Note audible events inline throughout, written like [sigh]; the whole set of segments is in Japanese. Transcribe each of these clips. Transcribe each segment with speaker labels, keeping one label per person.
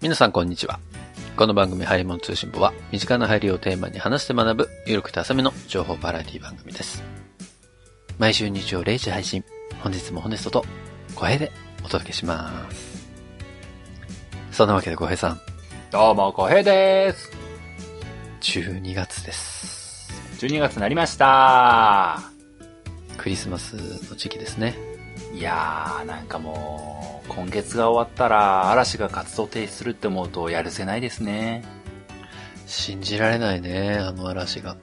Speaker 1: 皆さんこんにちは。この番組、入り物通信簿は、身近な入りをテーマに話して学ぶ、ゆるくて浅めの情報バラエティ番組です。毎週日曜0時配信、本日もホネストと、小平でお届けします。そんなわけで小平さん、
Speaker 2: どうも、こへいです。
Speaker 1: 12月です。
Speaker 2: 12月になりました。
Speaker 1: クリスマスの時期ですね。
Speaker 2: いやー、なんかもう、今月が終わったら、嵐が活動停止するって思うと、やるせないですね。
Speaker 1: 信じられないね、あの嵐が。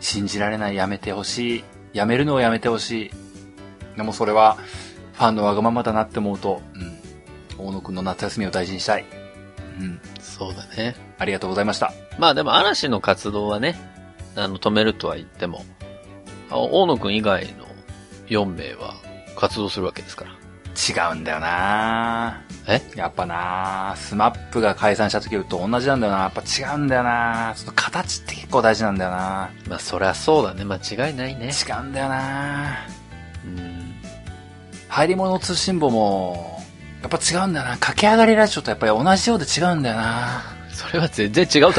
Speaker 2: 信じられない、やめてほしい。やめるのをやめてほしい。でもそれは、ファンのわがままだなって思うと、うん。大野くんの夏休みを大事にしたい。うん。
Speaker 1: そうだね。
Speaker 2: ありがとうございました。
Speaker 1: まあでも嵐の活動はね、あの、止めるとは言っても、あ大野くん以外の4名は活動するわけですから。
Speaker 2: 違うんだよな
Speaker 1: え
Speaker 2: やっぱなスマップが解散した時と同じなんだよなやっぱ違うんだよなその形って結構大事なんだよな
Speaker 1: まあそりゃそうだね、間違いないね。
Speaker 2: 違うんだよな
Speaker 1: うん。
Speaker 2: 入り物通信簿も、やっぱ違うんだよな駆け上がりラジオとやっぱり同じようで違うんだよな
Speaker 1: それは全然違うだ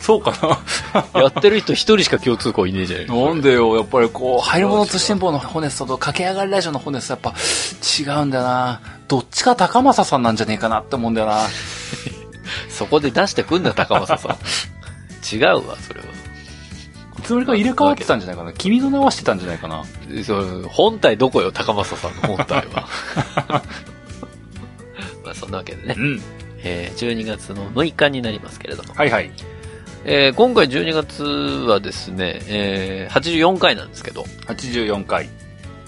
Speaker 2: そうか
Speaker 1: [laughs] ろ。やってる人一人しか共通項いねえじゃ
Speaker 2: [laughs] ななんでよ、やっぱりこう、入り物通信簿のホネストと駆け上がりラジオのホネストやっぱ違うんだよなどっちか高政さんなんじゃねえかなって思うんだよな
Speaker 1: そこで出してくんな、高政さん。違うわ、それは。
Speaker 2: いつの間にか入れ替わってたんじゃないかな君の名はしてたんじゃないかな
Speaker 1: そう本体どこよ、高政さんの本体は。 [laughs] まあそんなわけでね
Speaker 2: う、ん。
Speaker 1: えー12月の6日になりますけれども。
Speaker 2: はいはい。
Speaker 1: えー今回12月はですね、えー84回なんですけど、
Speaker 2: 84回。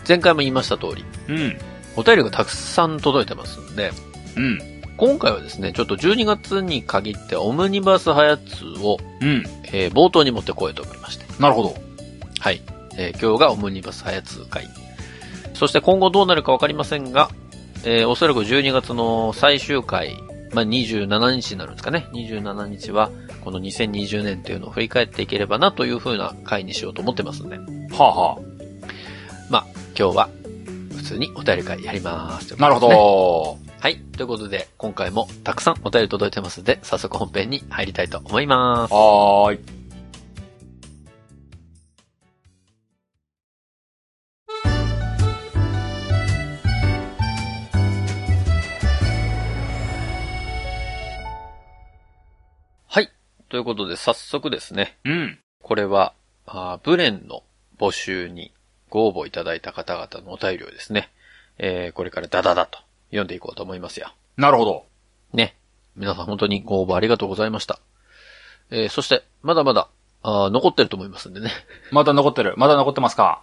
Speaker 1: 前回も言いました通り、
Speaker 2: うん。
Speaker 1: お便りがたくさん届いてますんで、
Speaker 2: うん。
Speaker 1: 今回はですね、ちょっと12月に限ってオムニバースハヤツを、
Speaker 2: うん。
Speaker 1: えー冒頭に持ってこようと思いまして。
Speaker 2: なるほど。
Speaker 1: はい。えー今日がオムニバスハヤツ会。そして今後どうなるかわかりませんが、えーおそらく12月の最終回、まあ、27日になるんですかね。27日は、この2020年っていうのを振り返っていければなというふうな回にしようと思ってますんで、
Speaker 2: はあ、は
Speaker 1: 今日は、普通にお便り会やります。
Speaker 2: あ、なるほ
Speaker 1: ね
Speaker 2: ど。
Speaker 1: はい。ということで、今回もたくさんお便り届いてますので、早速本編に入りたいと思います。
Speaker 2: はーい。
Speaker 1: はい。ということで、早速ですね、
Speaker 2: うん。
Speaker 1: これは、あーブレンの募集にご応募いただいた方々のお便りをですね、えー、これからダダダと読んでいこうと思いますよ。
Speaker 2: なるほど。
Speaker 1: ね。皆さん本当にご応募ありがとうございました。えー、そして、まだまだ、あー残ってると思いますんでね。 [laughs]
Speaker 2: まだ残ってる。まだ残ってますか。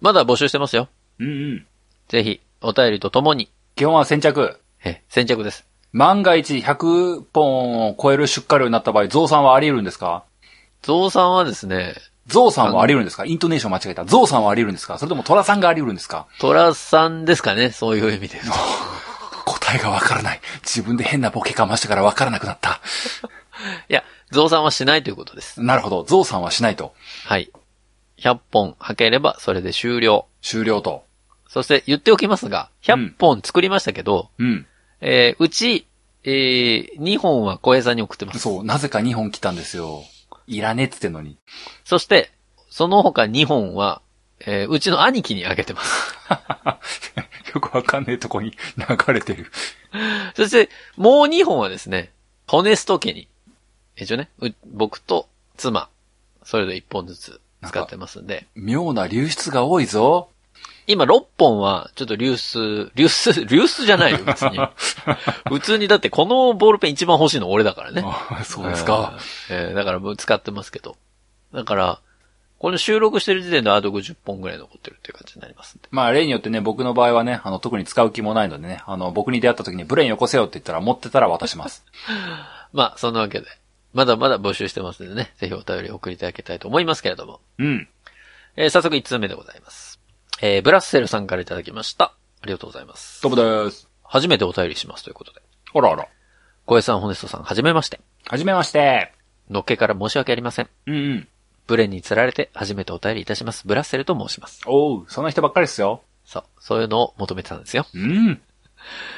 Speaker 1: まだ募集してますよ。
Speaker 2: うんうん。
Speaker 1: ぜひ、お便りとともに、
Speaker 2: 基本は先着。
Speaker 1: え、先着です。
Speaker 2: 万が一100本を超える出荷量になった場合、増産はあり得るんですか
Speaker 1: ゾウさんはですね、
Speaker 2: 増産はあり得るんですかイントネーション間違えた。増産はあり得るんですかそれとも虎さんがあり得るんですか
Speaker 1: トラさんですかね、そういう意
Speaker 2: [laughs]
Speaker 1: 味で言うと。
Speaker 2: 答えがわからない。自分で変なボケかましてからわからなくなった。
Speaker 1: いや、ゾウさんはしないということです。
Speaker 2: なるほど。増産はしないと。
Speaker 1: はい。100本履ければそれで終了。
Speaker 2: 終了と。
Speaker 1: そして言っておきますが、100本作りましたけど、
Speaker 2: うん。
Speaker 1: うえーうち、えー、2本は小平さんに送ってます。
Speaker 2: そう。なぜか2本来たんですよ。いらねえっつってんのに。
Speaker 1: そして、その他2本は、えーうちの兄貴にあげてます。 [laughs]
Speaker 2: [laughs] よくわかんねえとこに流れてる。
Speaker 1: そして、もう2本はですね、ホネスト家に、一応ね、う僕と妻、それぞれ1本ずつ使ってますんで、
Speaker 2: 妙な流出が多いぞ。
Speaker 1: 今6本は、ちょっと流出、流 [laughs] 出、流出じゃないよ、別
Speaker 2: [laughs]
Speaker 1: に。普通にだってこのボールペン一番欲しいの俺だからね。
Speaker 2: あそうですか。
Speaker 1: えー。えーだからもう使ってますけど。だから、この収録してる時点であと50本ぐらい残ってるっていう感じになりますんで。
Speaker 2: まあ例によってね、僕の場合はね、あの、特に使う気もないのでね、あの、僕に出会った時にブレーンよこせよって言ったら持ってたら渡します。
Speaker 1: まあ、そんなわけで。まだまだ募集してますんでね、ぜひお便り送りいただきたいと思いますけれども。
Speaker 2: うん。
Speaker 1: えー早速1通目でございます。えーブラッセルさんからいただきました。ありがとうございます。
Speaker 2: どうもです。
Speaker 1: 初めてお便りしますということで。
Speaker 2: あらあら。
Speaker 1: 小江さん、ホネストさん、はじめまして。
Speaker 2: はじめまして。
Speaker 1: のっけから申し訳ありません。
Speaker 2: うんうん。
Speaker 1: ブレンに釣られて初めてお便りいたします。ブラッセルと申します。
Speaker 2: おう、そんな人ばっかりっすよ。
Speaker 1: そう、そういうのを求めてたんですよ。
Speaker 2: うん。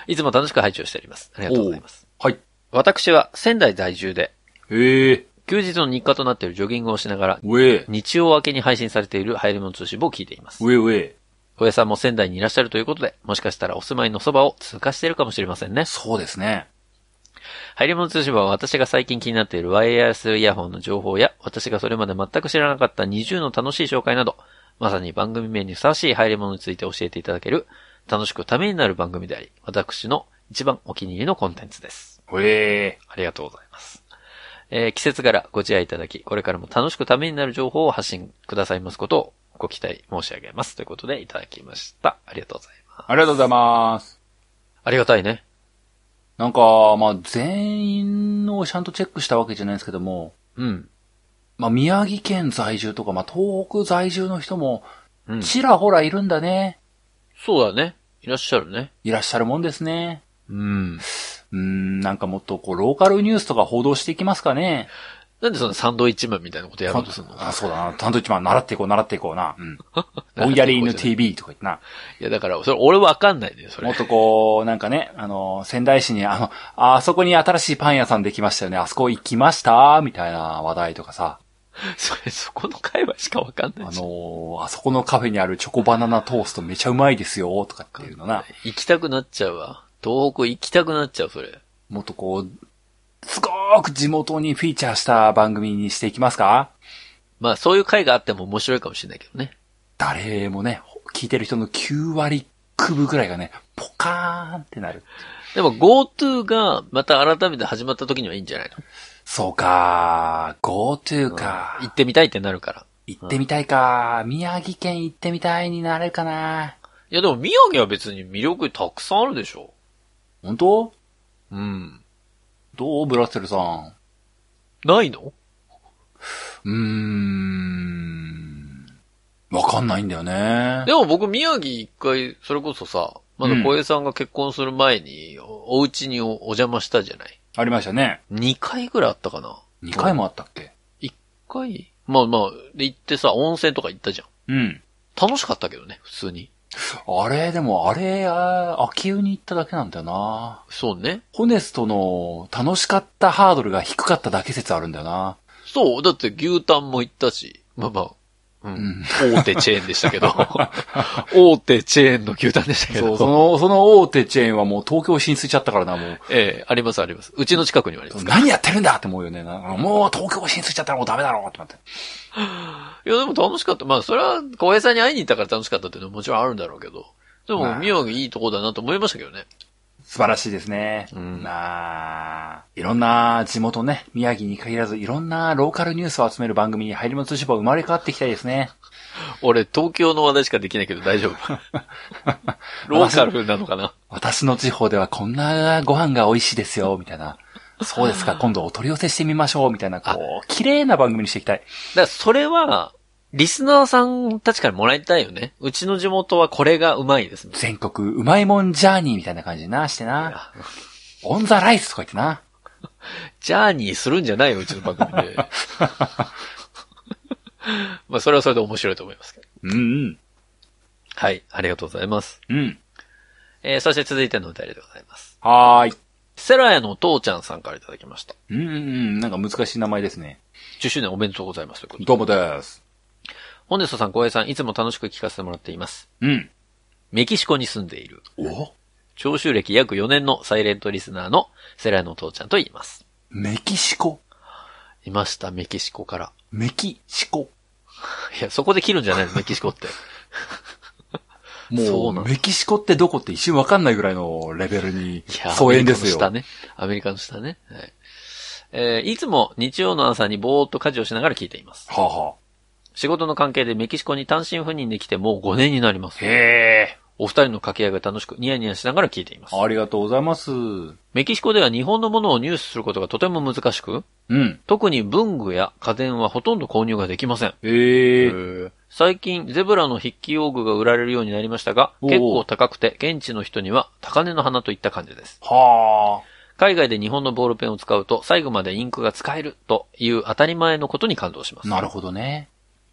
Speaker 1: いつも楽しく拝聴しております。ありがとうございます。
Speaker 2: はい。
Speaker 1: 私は仙台在住で、
Speaker 2: ええ
Speaker 1: 休日の日課となっているジョギングをしながら、
Speaker 2: うえ
Speaker 1: 日曜明けに配信されている入り物通信簿を聞いています。
Speaker 2: うえうえ。
Speaker 1: おやさんも仙台にいらっしゃるということで、もしかしたらお住まいのそばを通過しているかもしれませんね。
Speaker 2: そうですね。
Speaker 1: 入り物通信簿は私が最近気になっているワイヤレスイヤホンの情報や、私がそれまで全く知らなかった20の楽しい紹介など、まさに番組名にふさわしい入り物について教えていただける、楽しくためになる番組であり、私の一番お気に入りのコンテンツです。
Speaker 2: うえ
Speaker 1: ありがとうございます。えー季節柄ご自愛いただき、これからも楽しくためになる情報を発信くださいますことをご期待申し上げます。ということでいただきました。ありがとうございます。
Speaker 2: ありがとうございます。
Speaker 1: ありがたいね。
Speaker 2: なんか、まあ、全員のをちゃんとチェックしたわけじゃないですけども、
Speaker 1: うん。
Speaker 2: まあ、宮城県在住とか、まあ、東北在住の人も、
Speaker 1: うん。
Speaker 2: ちらほらいるんだね。
Speaker 1: そうだね。いらっしゃるね。
Speaker 2: いらっしゃるもんですね。
Speaker 1: うん。
Speaker 2: うーん、なんかもっと、こう、ローカルニュースとか報道していきますかね。
Speaker 1: なんでそのサンドイッチマンみたいなことやろうとするの
Speaker 2: あ、そうだな。サンドイッチマン、習っていこう、習っていこうな。
Speaker 1: [laughs]
Speaker 2: うん。ぼんやり犬 TV とか言ってな。
Speaker 1: いや、だから、それ俺わかんないね、そ
Speaker 2: も
Speaker 1: れ
Speaker 2: っ。とこう、なんかね、あの、仙台市に、あの、あそこに新しいパン屋さんできましたよね。あそこ行きましたみたいな話題とかさ。
Speaker 1: [laughs] それ、そこの会話しかわかん
Speaker 2: あ
Speaker 1: ないし。
Speaker 2: の、あそこのカフェにあるチョコバナナトーストめちゃうまいですよ、とかっていうのな。
Speaker 1: 行きたくなっちゃうわ。東北行きたくなっちゃう、それ。
Speaker 2: もっとこう、すごーく地元にフィーチャーした番組にしていきますか
Speaker 1: まあ、そういう会があっても面白いかもしれないけどね。
Speaker 2: 誰もね、聞いてる人の9割9分ぐらいがね、ポカーンってなる。
Speaker 1: でも、GoTo がまた改めて始まった時にはいいんじゃないの
Speaker 2: そうかー、GoTo か、
Speaker 1: 行ってみたいってなるから。
Speaker 2: 行ってみたいかー、宮城県行ってみたいになれるかない
Speaker 1: や、でも宮城は別に魅力たくさんあるでしょ。
Speaker 2: 本当
Speaker 1: うん。
Speaker 2: どうブラッセルさん。
Speaker 1: ないの
Speaker 2: うーん。わかんないんだよね
Speaker 1: で。も僕、宮城一回、それこそさ、まだ小平さんが結婚する前に、お家にお邪魔したじゃない。
Speaker 2: ありましたね。
Speaker 1: 2回ぐらいあったかな。
Speaker 2: 2回もあったっけ
Speaker 1: 一回まあまあ、で行ってさ、温泉とか行ったじゃん。
Speaker 2: うん。
Speaker 1: 楽しかったけどね、普通に。
Speaker 2: あれ、でもあれ、あ秋湯に行っただけなんだよな。
Speaker 1: そうね。
Speaker 2: ホネストの楽しかったハードルが低かっただけ説あるんだよな。
Speaker 1: そう、だって牛タンも行ったし、まあまあ、うん。
Speaker 2: うん。
Speaker 1: 大手チェーンでしたけ
Speaker 2: [laughs]
Speaker 1: ど。大手チェーンの牛タンでしたけ
Speaker 2: そ
Speaker 1: ど。
Speaker 2: う、その、その大手チェーンはもう東京進出しちゃったからな、もう。
Speaker 1: ええありますあります。うちの近くにはありますから。
Speaker 2: 何やってるんだって思うよね。なもう東京進出しちゃったらもうダメだろうってなって。
Speaker 1: いや、でも楽しかった。まあ、それは、小平さんに会いに行ったから楽しかったっていうのはもちろんあるんだろうけど。でも、
Speaker 2: まあ
Speaker 1: 宮城いいとこだなと思いましたけどね。
Speaker 2: 素晴らしいですね。
Speaker 1: うん
Speaker 2: まあ、いろんな地元ね、宮城に限らずいろんなローカルニュースを集める番組に入り物通信簿生まれ変わっていきたいですね。
Speaker 1: 俺、東京の話題しかできないけど
Speaker 2: [laughs]
Speaker 1: 大丈夫。ローカルなのかな
Speaker 2: 私の地方ではこんなご飯が美味しいですよ、みたいな。そうですか、今度お取り寄せしてみましょう、みたいな、こう、綺麗な番組にしていきたい。
Speaker 1: だからそれは、リスナーさんたちからもらいたいよね。うちの地元はこれがうまいです。
Speaker 2: 全国うまいもんジャーニーみたいな感じでな、してな。オンザライスとか言ってな。
Speaker 1: ジャーニーするんじゃないよ、うちの番組で。まあ、それはそれで面白いと思いますけど。
Speaker 2: うんうん。
Speaker 1: はい、ありがとうございます。
Speaker 2: うん。
Speaker 1: えー、そして続いてのお便りでございます。
Speaker 2: はーい。
Speaker 1: セラヤの父ちゃんさんからいただきました。
Speaker 2: うんうんうん、なんか難しい名前ですね。
Speaker 1: 10周年おめでとうございますということで。
Speaker 2: どうもです。
Speaker 1: ホネストさん、小平さん、いつも楽しく聞かせてもらっています。
Speaker 2: うん。
Speaker 1: メキシコに住んでいる、
Speaker 2: お
Speaker 1: 聴取歴約4年のサイレントリスナーのセラヤの父ちゃんと言います。
Speaker 2: メキシコ
Speaker 1: いました、メキシコから。
Speaker 2: メキシコ
Speaker 1: いや、そこで切るんじゃ
Speaker 2: [laughs]
Speaker 1: ないのメキシコって。そ
Speaker 2: も
Speaker 1: う
Speaker 2: う
Speaker 1: なの
Speaker 2: メキシコってどこって一瞬わかんないぐらいのレベルに
Speaker 1: いや、
Speaker 2: 疎遠ですよ。
Speaker 1: アメリカの下ね。アメリカの下ね。はい。えーいつも日曜の朝にぼーっと家事をしながら聞いています。
Speaker 2: はあ、は
Speaker 1: 仕事の関係でメキシコに単身赴任できてもう5年になります
Speaker 2: あ、。へえ。
Speaker 1: お二人の掛け合いが楽しくニヤニヤしながら聞いています。
Speaker 2: ありがとうございます。うん。
Speaker 1: メキシコでは日本のものを入手することがとても難しく、特に文具や家電はほとんど購入ができません。
Speaker 2: へえ。
Speaker 1: 最近、ゼブラの筆記用具が売られるようになりましたが、
Speaker 2: おう
Speaker 1: 結構高くて、現地の人には高値の花といった感じです。
Speaker 2: はあ。
Speaker 1: 海外で日本のボールペンを使うと最後までインクが使えるという当たり前のことに感動します。
Speaker 2: なるほどね。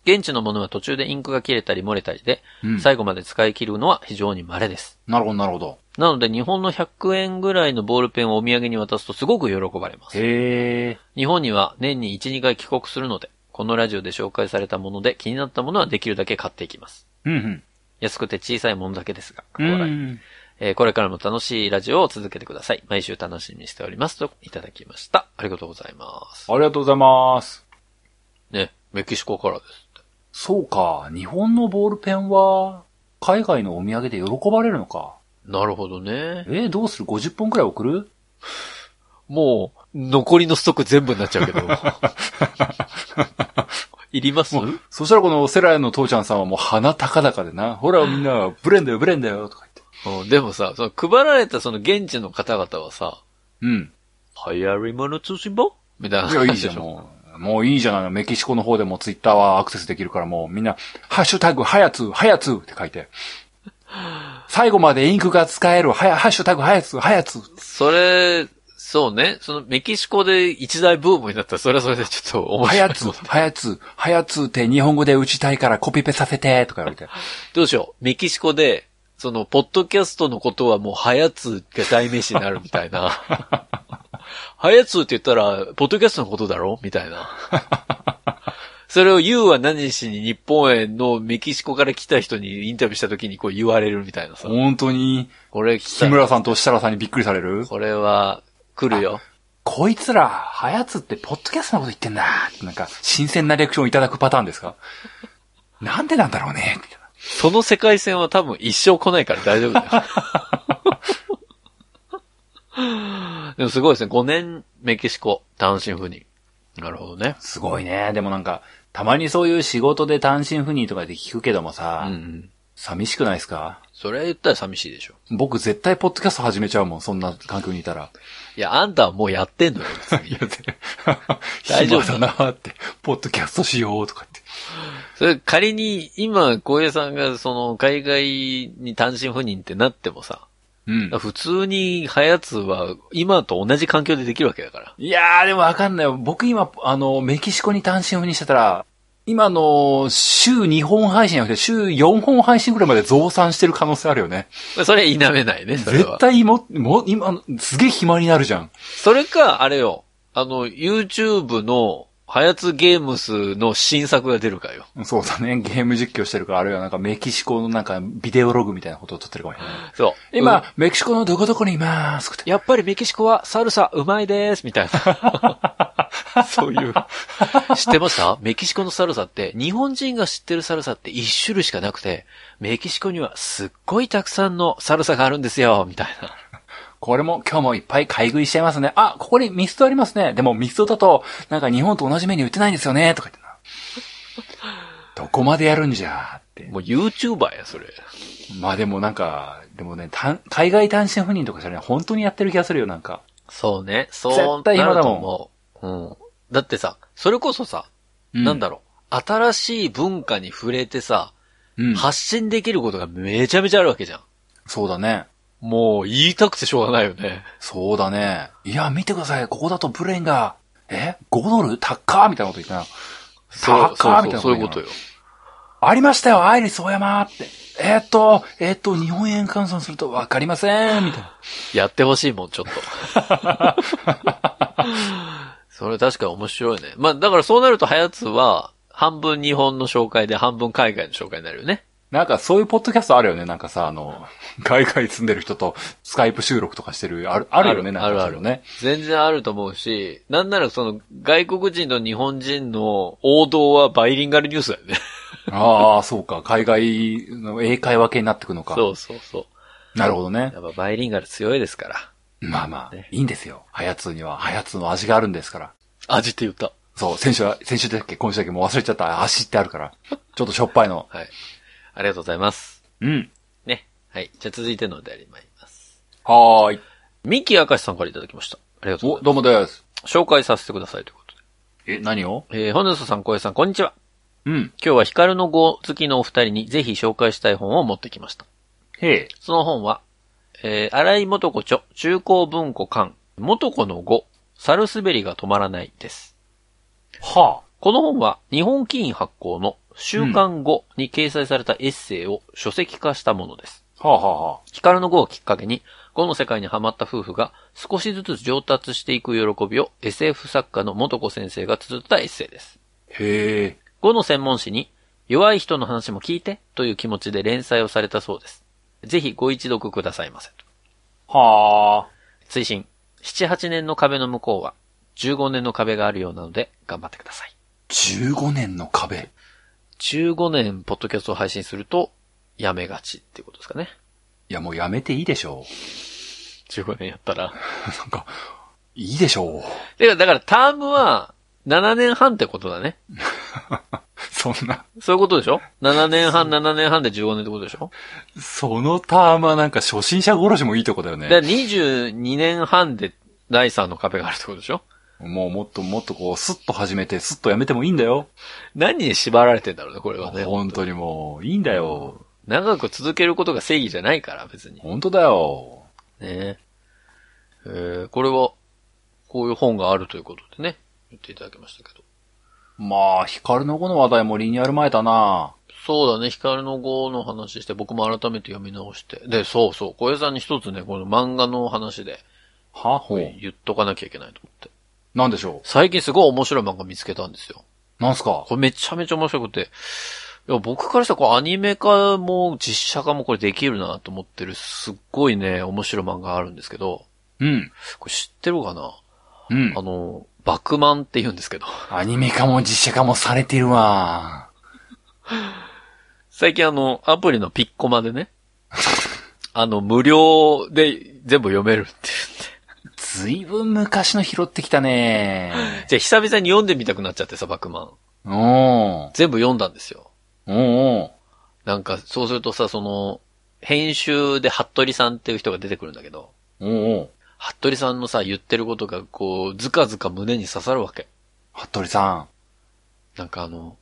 Speaker 1: 現地のものは途中でインクが切れたり漏れたりで、
Speaker 2: うん
Speaker 1: 最後まで使い切るのは非常に稀です。
Speaker 2: なるほど、なるほど。
Speaker 1: なので日本の100円ぐらいのボールペンをお土産に渡すとすごく喜ばれます。
Speaker 2: へえ。
Speaker 1: 日本には年に1、2回帰国するので、このラジオで紹介されたもので気になったものはできるだけ買っていきます。
Speaker 2: うん
Speaker 1: 安くて小さいものだけですが、
Speaker 2: うん。う
Speaker 1: 笑い
Speaker 2: ん。
Speaker 1: えーこれからも楽しいラジオを続けてください。毎週楽しみにしております。といただきました。ありがとうございます。
Speaker 2: ありがとうございます。
Speaker 1: ね、メキシコからですって。
Speaker 2: そうか、日本のボールペンは、海外のお土産で喜ばれるのか。
Speaker 1: なるほどね。
Speaker 2: えー、どうする ?50 本くらい送る
Speaker 1: もう、残りのストック全部になっち
Speaker 2: [laughs]
Speaker 1: ゃうけど。いります
Speaker 2: もうそしたらこのセラの父ちゃんさんはもう鼻高々でな。ほらみんな、ブレンだよブレンだよとか
Speaker 1: うんでもさ、その配られたその現地の方々はさ、
Speaker 2: 言って。
Speaker 1: 流行り物通信簿みたいな
Speaker 2: [laughs] うん。いや、いい
Speaker 1: 話
Speaker 2: じ
Speaker 1: で
Speaker 2: ゃん、
Speaker 1: しょ。
Speaker 2: もう。もういいじゃないの。メキシコの方でもツイッターはアクセスできるからもうみんな、ハッシュタグ、はやつ、はやつって書いて。最後までインクが使える、はや、ハッシュタグ、はやつ、はやつ。
Speaker 1: それ、そうね。そのメキシコで一大ブームになったら、それはそれでちょっと面
Speaker 2: は
Speaker 1: 白い
Speaker 2: や。つ、はやつ、はやつって日本語で打ちたいからコピペさせて、とか言われて。
Speaker 1: どうしよう。メキシコで、その、ポッドキャストのことはもう、ハヤツが代名詞になるみたい
Speaker 2: [laughs]
Speaker 1: な。ハヤツって言ったら、ポッドキャストのことだろみたいな。それを YOU は何しに日本へのメキシコから来た人にインタビューした時にこう言われるみたいなさ。
Speaker 2: 本当に、
Speaker 1: これ来
Speaker 2: 木
Speaker 1: た
Speaker 2: 村さんと設楽さんにびっくりされる
Speaker 1: これは来るよ。
Speaker 2: こいつら、はやつってポッドキャストのこと言ってんだってなんか、新鮮なリアクションをいただくパターンですかなんでなんだろうねみたいな
Speaker 1: その世界線は多分一生来ないから大丈夫だ
Speaker 2: [laughs]
Speaker 1: よ。でもすごいですね。5年メキシコ、単身赴任。なるほどね。
Speaker 2: すごいね。でもなんか、たまにそういう仕事で単身赴任とかで聞くけども
Speaker 1: うん
Speaker 2: さ、
Speaker 1: うん。
Speaker 2: 寂しくないですか
Speaker 1: それ言ったら寂しいでしょ。
Speaker 2: 僕絶対ポッドキャスト始めちゃうもん、そんな環境にいたら。
Speaker 1: いや、あんたはもうやってんのよ、別
Speaker 2: [laughs]
Speaker 1: に大
Speaker 2: 大
Speaker 1: 丈
Speaker 2: 丈
Speaker 1: 夫
Speaker 2: 夫だなって、ポッドキャストしようとかって。
Speaker 1: それ仮に、今、小平さんが、その、海外に単身赴任ってなってもさ、
Speaker 2: うん。
Speaker 1: 普通に、ハヤツは、今と同じ環境でできるわけだから。
Speaker 2: いやー、でもわかんないよ。僕今、あの、メキシコに単身赴任してたら、今の、週2本配信じゃなくて、週4本配信ぐらいまで増産してる可能性あるよね。
Speaker 1: まあそれ否めないね、それ
Speaker 2: 絶
Speaker 1: は。
Speaker 2: 対も、も、今、すげえ暇になるじゃん。
Speaker 1: それか、あれよ、あの、YouTube の、ハヤツゲームスの新作が出るかよ。
Speaker 2: そうだね。ゲーム実況してるから、あるいはなんかメキシコのなんか、ビデオログみたいなことを撮ってるかもしれない。
Speaker 1: そう。
Speaker 2: 今、
Speaker 1: うん、
Speaker 2: メキシコのどこどこにいますって。
Speaker 1: やっぱりメキシコはサルサうまいです、みたいな。 [laughs] そういう。 [laughs] 知ってましたメキシコのサルサって、日本人が知ってるサルサって一種類しかなくて、メキシコにはすっごいたくさんのサルサがあるんですよ、みたいな。
Speaker 2: これも今日もいっぱい買い食いしちゃいますね。あ、ここにミストありますね。でもミストだと、なんか日本と同じメニュー売ってないんですよね、とか言ってな。どこまでやるんじゃって。
Speaker 1: もう YouTuber や、それ。
Speaker 2: まあでもなんか、でもね、単海外単身赴任とかじゃね、本当にやってる気がするよ、なんか。
Speaker 1: そうね。そう
Speaker 2: 絶対今だもん
Speaker 1: ん。うん。だってさ、それこそさ、なんだろう、新しい文化に触れてさ、
Speaker 2: う、うん、
Speaker 1: 発信できることがめちゃめちゃあるわけじゃん。
Speaker 2: そうだね。
Speaker 1: もう言いたくてしょうがないよね。
Speaker 2: そうだね。いや、見てください。ここだとブレインが、え ?5 ドル高っみたいなこと言ったな。
Speaker 1: そう
Speaker 2: 高
Speaker 1: そ
Speaker 2: っ
Speaker 1: う
Speaker 2: みたいな
Speaker 1: そういうことよ。
Speaker 2: ありましたよ、アイリスオーヤマって。えーっと、えーっと、日本円換算するとわかりません、みたいな。
Speaker 1: やってほしいもん、ちょっと。
Speaker 2: [laughs]
Speaker 1: それ確かに面白いね。まあ、だからそうなると、ハヤツは、半分日本の紹介で、半分海外の紹介になるよね。
Speaker 2: なんかそういうポッドキャストあるよね。なんかさ、あの、 [laughs] 海外住んでる人とスカイプ収録とかしてる、ある、あるよね。
Speaker 1: ある
Speaker 2: なんか
Speaker 1: ある
Speaker 2: そういうのね。
Speaker 1: 全然あると思うし、なんならその、外国人と日本人の王道はバイリンガルニュースだよね。
Speaker 2: ああ、そうか。海外の英会話系になってくのか。
Speaker 1: そうそうそう。
Speaker 2: なるほどね
Speaker 1: や。っぱバイリンガル強いですから。
Speaker 2: まあまあ
Speaker 1: ね、
Speaker 2: いいんですよ。はやつには、はやつの味があるんですから。
Speaker 1: 味って言った。
Speaker 2: そう、先週は、先週だっけ今週だっけもう忘れちゃった。足ってあるから。ちょっとしょっぱいの。
Speaker 1: はい。ありがとうございます。
Speaker 2: うん。
Speaker 1: ね。はい。じゃあ続いてのお便り参ります。
Speaker 2: はーい。
Speaker 1: ミキアカシさんからいただきました。ありがとうござ
Speaker 2: お、
Speaker 1: い
Speaker 2: どうもです。
Speaker 1: ます。紹介させてくださいということで。
Speaker 2: え、何を
Speaker 1: えー、本日さん、小江さん、こんにちは。
Speaker 2: うん。
Speaker 1: 今日は光の語好きのお二人にぜひ紹介したい本を持ってきました。
Speaker 2: へえ。
Speaker 1: その本は、えー、荒井元子著、中高文庫館、元子の語、サルスベリが止まらないです。
Speaker 2: は
Speaker 1: この本は、日本棋院発行の週刊語に掲載されたエッセイを書籍化したものです。
Speaker 2: あ。はあ、はあは
Speaker 1: 光の碁をきっかけに、碁の世界にハマった夫婦が少しずつ上達していく喜びを SF 作家の元子先生が綴ったエッセイです。
Speaker 2: あ、へえ。
Speaker 1: 碁の専門誌に、弱い人の話も聞いてという気持ちで連載をされたそうです。ぜひご一読くださいませ。
Speaker 2: はあ。
Speaker 1: 推進、7、8年の壁の向こうは、15年の壁があるようなので、頑張ってください。
Speaker 2: 15年の壁。
Speaker 1: 15年、ポッドキャストを配信すると、やめがちっていうことですかね。
Speaker 2: いや、もうやめていいでしょ
Speaker 1: 15年やったら。
Speaker 2: う。なんか、いいでしょう。 [laughs]
Speaker 1: てか、だから、タームは、7年半ってことだね。
Speaker 2: そんな、
Speaker 1: そういうことでしょ ?7 年半、7年半で15年ってことでしょ
Speaker 2: そのタームはなんか初心者殺しもいいとこだよ
Speaker 1: だから
Speaker 2: ね。
Speaker 1: 22年半で第3の壁があるってことでしょ
Speaker 2: もうもっともっとこう、スッと始めて、スッとやめてもいいんだよ。
Speaker 1: 何に縛られてんだろうね、これはね。
Speaker 2: 本当にもう、いいんだよ。
Speaker 1: 長く続けることが正義じゃないから、別に。
Speaker 2: 本当だよ。
Speaker 1: ねえ。えー、これは、こういう本があるということでね、言っていただきましたけど。
Speaker 2: まあ、光の子の話題もリニューアル前だな。
Speaker 1: そうだね、光の碁の話して、僕も改めて読み直して。で、そうそう、小江さんに一つね、この漫画の話で
Speaker 2: はほう。
Speaker 1: 言っとかなきゃいけないと思って。
Speaker 2: なんでしょ
Speaker 1: 最近すごい面白い漫画見つけたんですよ。
Speaker 2: う。なんすか
Speaker 1: これめちゃめちゃ面白くて、いや僕からしたらこうアニメ化も実写化もこれできるなと思ってる、すっごいね、面白い漫画があるんですけど、
Speaker 2: うん。
Speaker 1: これ知ってるかな
Speaker 2: うん
Speaker 1: あ。の、バクマンって言うんですけど。
Speaker 2: アニメ化も実写化もされてるわ。
Speaker 1: 最近あの、アプリのピッコマでね、あの、無料で全部読めるって
Speaker 2: ずいぶん昔の拾ってきたね。 [laughs]
Speaker 1: 言って。じゃあ久々に読んでみたくなっちゃってさ、バクマン。
Speaker 2: おーん。
Speaker 1: 全部読んだんですよ。
Speaker 2: おーお
Speaker 1: なんか、そうするとさ、その、編集で服部さんっていう人が出てくるんだけど、
Speaker 2: ーおーお
Speaker 1: 服部さんのさ、言ってることが、こう、ずかずか胸に刺さるわけ。
Speaker 2: ー服部さ
Speaker 1: なんかあの、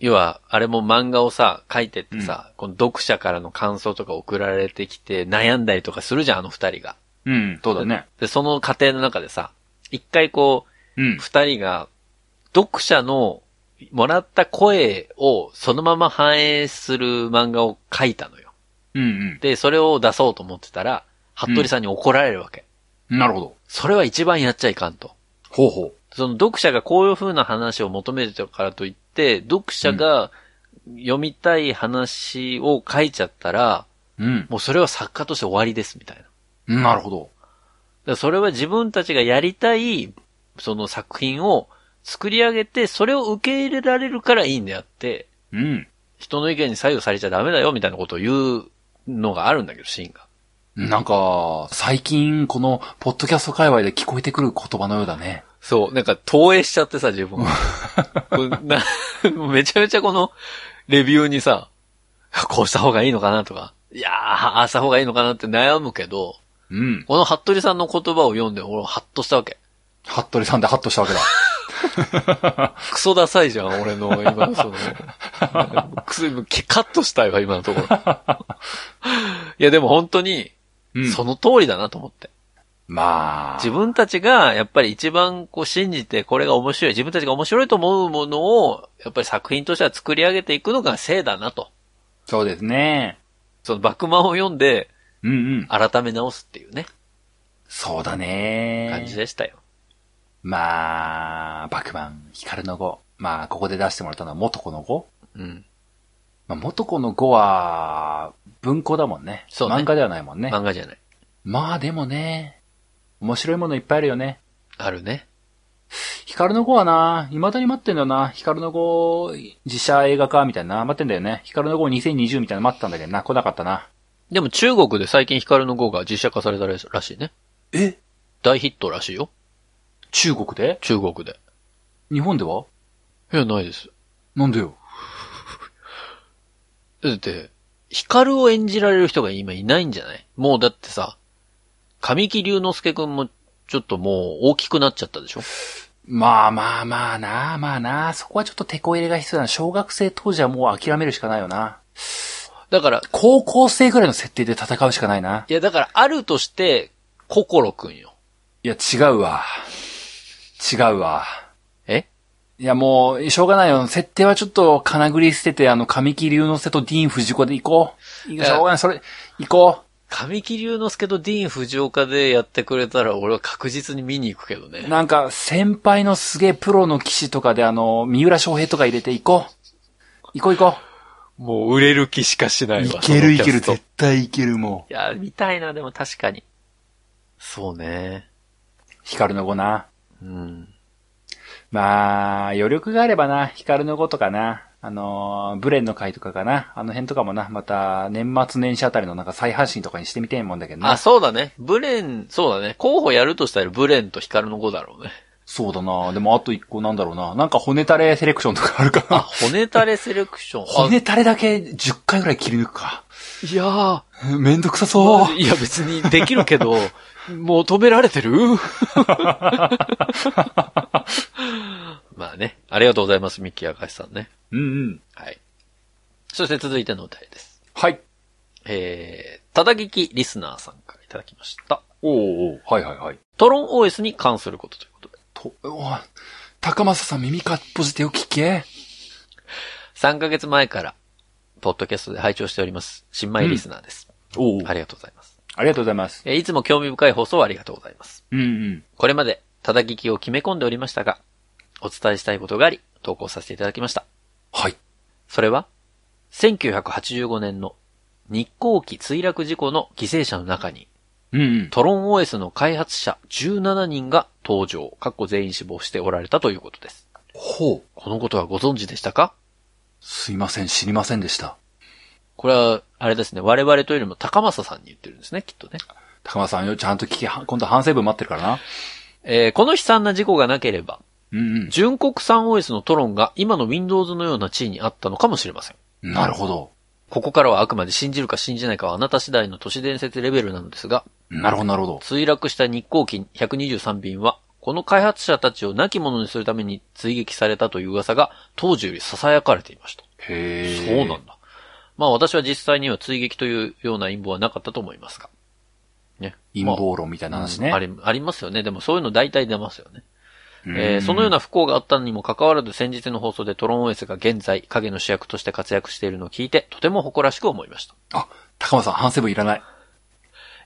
Speaker 1: 要は、あれも漫画をさ、書いてってさ、この読者からの感想とか送られてきて、悩んだりとかするじゃん、あの二人が。
Speaker 2: ん。うん、そうだね。
Speaker 1: で、その過程の中でさ、一回こ
Speaker 2: う
Speaker 1: う、
Speaker 2: ん。
Speaker 1: 二人が、読者のもらった声をそのまま反映する漫画を書いたのよ。
Speaker 2: うん、
Speaker 1: で、それを出そうと思ってたら、服部さんに怒られるわけ。
Speaker 2: うん。なるほど。
Speaker 1: それは一番やっちゃいかんと。
Speaker 2: ほうほ
Speaker 1: その読者がこういう風な話を求めてたからといって、読者が読みたい話を書いちゃったら、
Speaker 2: う。うん。
Speaker 1: もうそれは作家として終わりですみたいな。だか
Speaker 2: なるほど。
Speaker 1: らそれは自分たちがやりたい、その作品を作り上げて、それを受け入れられるからいいんであって、
Speaker 2: うん。
Speaker 1: 人の意見に左右されちゃダメだよみたいなことを言うのがあるんだけど、シーンが。
Speaker 2: なんか、最近、この、ポッドキャスト界隈で聞こえてくる言葉のようだね。
Speaker 1: そう、なんか投影しちゃってさ、自
Speaker 2: [laughs]
Speaker 1: 分。これな [laughs] めちゃめちゃこの、レビューにさ、こうした方がいいのかなとか、いやー、ああした方がいいのかなって悩むけど、
Speaker 2: うん。
Speaker 1: この服部さんの言葉を読んで、俺はハッとしたわけ。
Speaker 2: 服部さんでハッとしたわけだ。
Speaker 1: クソダサいじゃん、俺の、今のそ
Speaker 2: [laughs]
Speaker 1: の、クソ、今カットしたいわ、今のところ。いや、でも本当に、
Speaker 2: うん
Speaker 1: その通りだなと思って。
Speaker 2: まあ。
Speaker 1: 自分たちが、やっぱり一番こう信じて、これが面白い、自分たちが面白いと思うものを、やっぱり作品としては作り上げていくのが正だなと。
Speaker 2: そうですね。
Speaker 1: その、バクマンを読んで、
Speaker 2: うんうん。
Speaker 1: 改め直すっていうね、
Speaker 2: そうだね。
Speaker 1: 感じでしたよ。
Speaker 2: まあ、バクマン、ヒカルの語。まあ、ここで出してもらったのは元子の語。
Speaker 1: うん。
Speaker 2: まあ、元子の語は、文庫だもんね。
Speaker 1: そうね
Speaker 2: 漫画ではないもんね。
Speaker 1: 漫画じゃない。
Speaker 2: まあ、でもね、面白いものいっぱいあるよね。
Speaker 1: あるね。
Speaker 2: ヒカルの語はな、未だに待ってんだよな。ヒカルの語、自社映画化みたいな、待ってんだよね。ヒカルの語2020みたいなの待ってたんだけどな、来なかったな。
Speaker 1: でも中国で最近ヒカルの号が実写化されたらしいね。
Speaker 2: え
Speaker 1: 大ヒットらしいよ。
Speaker 2: 中国で
Speaker 1: 中国で。
Speaker 2: 日本ではい
Speaker 1: や、ないです。
Speaker 2: なんでよ。
Speaker 1: だって、ヒカルを演じられる人が今いないんじゃないもうだってさ、神木隆之介くんもちょっともう大きくなっちゃったでしょ
Speaker 2: まあまあまあなあまあなあ、そこはちょっと手こ入れが必要だな。小学生当時はもう諦めるしかないよな。
Speaker 1: だから、
Speaker 2: 高校生ぐらいの設定で戦うしかないな。
Speaker 1: いやだからあるとして、心くんよ。
Speaker 2: いや、違うわ。違うわ。
Speaker 1: え
Speaker 2: いや、もう、しょうがないよ。設定はちょっと、金繰り捨てて、あの、神木隆之介とディーン藤子で行こう。いいよ
Speaker 1: い
Speaker 2: し
Speaker 1: や
Speaker 2: ょうがない、それ、行こ
Speaker 1: 神木隆之介とディーン・藤岡でやってくれたら俺は確実に見に行くけど
Speaker 2: う。
Speaker 1: ね。
Speaker 2: なんか、先輩のすげえプロの騎士とかで、あの、三浦翔平とか入れて行こう。行こう行こ
Speaker 1: もう売れる気しかしな
Speaker 2: う。
Speaker 1: いわ。そのキャストい
Speaker 2: 対いける、も
Speaker 1: や、見たいな、でも確かに。そうね。
Speaker 2: う。光の子な。
Speaker 1: うん。
Speaker 2: まあ、余力があればな、光の子とかな、あのー、ブレンの回とかかな、あの辺とかもな、また、年末年始あたりのなんか再発信とかにしてみてえもんだけど
Speaker 1: あ、
Speaker 2: な。
Speaker 1: そうだね。ブレン、そうだね。候補やるとしたらブレンとヒカルの5だろうね。
Speaker 2: そうだな。でもあと一個なんだろうな。なんか骨垂れセレクションとかあるか
Speaker 1: あ、
Speaker 2: な。
Speaker 1: 骨垂れセレクション。あ
Speaker 2: 骨垂れだけ10回ぐらい切り抜くか。 [laughs]
Speaker 1: いやー。
Speaker 2: めんどくさそう。
Speaker 1: いや別にできるけど、もう止められてるまあね。ありがとうございます、ミッキー明石さんね。
Speaker 2: うんうん。
Speaker 1: はい。そして続いてのお便りです。
Speaker 2: はい。
Speaker 1: えー、ただぎきリスナーさんからいただきました。
Speaker 2: おうおうはいはいはい。
Speaker 1: トロン OS に関することということで。
Speaker 2: と、おい高政さん耳かっぽじてよ聞け。
Speaker 1: 3ヶ月前から、ポッドキャストで拝聴しております。新米リスナーです。
Speaker 2: おう
Speaker 1: ありがとうございます。
Speaker 2: ありがとうございます。
Speaker 1: えーいつも興味深い放送をありがとうございます。
Speaker 2: うんうん。
Speaker 1: これまで、ただ聞きを決め込んでおりましたが、お伝えしたいことがあり、投稿させていただきました。
Speaker 2: はい。
Speaker 1: それは、1985年の日航機墜落事故の犠牲者の中に、
Speaker 2: うんうん。
Speaker 1: トロン OS の開発者17人が登場、かっこ全員死亡しておられたということです。
Speaker 2: ほう。
Speaker 1: このことはご存知でしたか
Speaker 2: すいません、知りませんでした。
Speaker 1: これは、あれですね、我々というよりも高政さんに言ってるんですね、きっとね。
Speaker 2: 高松さんよ、ちゃんと聞け、は今度反省文待ってるからな。
Speaker 1: えーこの悲惨な事故がなければ、
Speaker 2: うん
Speaker 1: 純国産 OS のトロンが今の Windows のような地位にあったのかもしれません。
Speaker 2: うん。なるほど。
Speaker 1: ここからはあくまで信じるか信じないかはあなた次第の都市伝説レベルなのですが、
Speaker 2: なるほど、なるほど。
Speaker 1: 墜落した日航機123便は、この開発者たちを亡き者にするために追撃されたという噂が当時より囁かれていました。
Speaker 2: へえ。
Speaker 1: そうなんだ。まあ私は実際には追撃というような陰謀はなかったと思いますが。ね。
Speaker 2: 陰謀論みたいな話ね。
Speaker 1: あり、ありますよね。でもそういうの大体出ますよね。
Speaker 2: うん
Speaker 1: えーそのような不幸があったにもかかわらず先日の放送でトロン OS が現在影の主役として活躍しているのを聞いてとても誇らしく思いました。
Speaker 2: あ、高松さん、反省文いらない。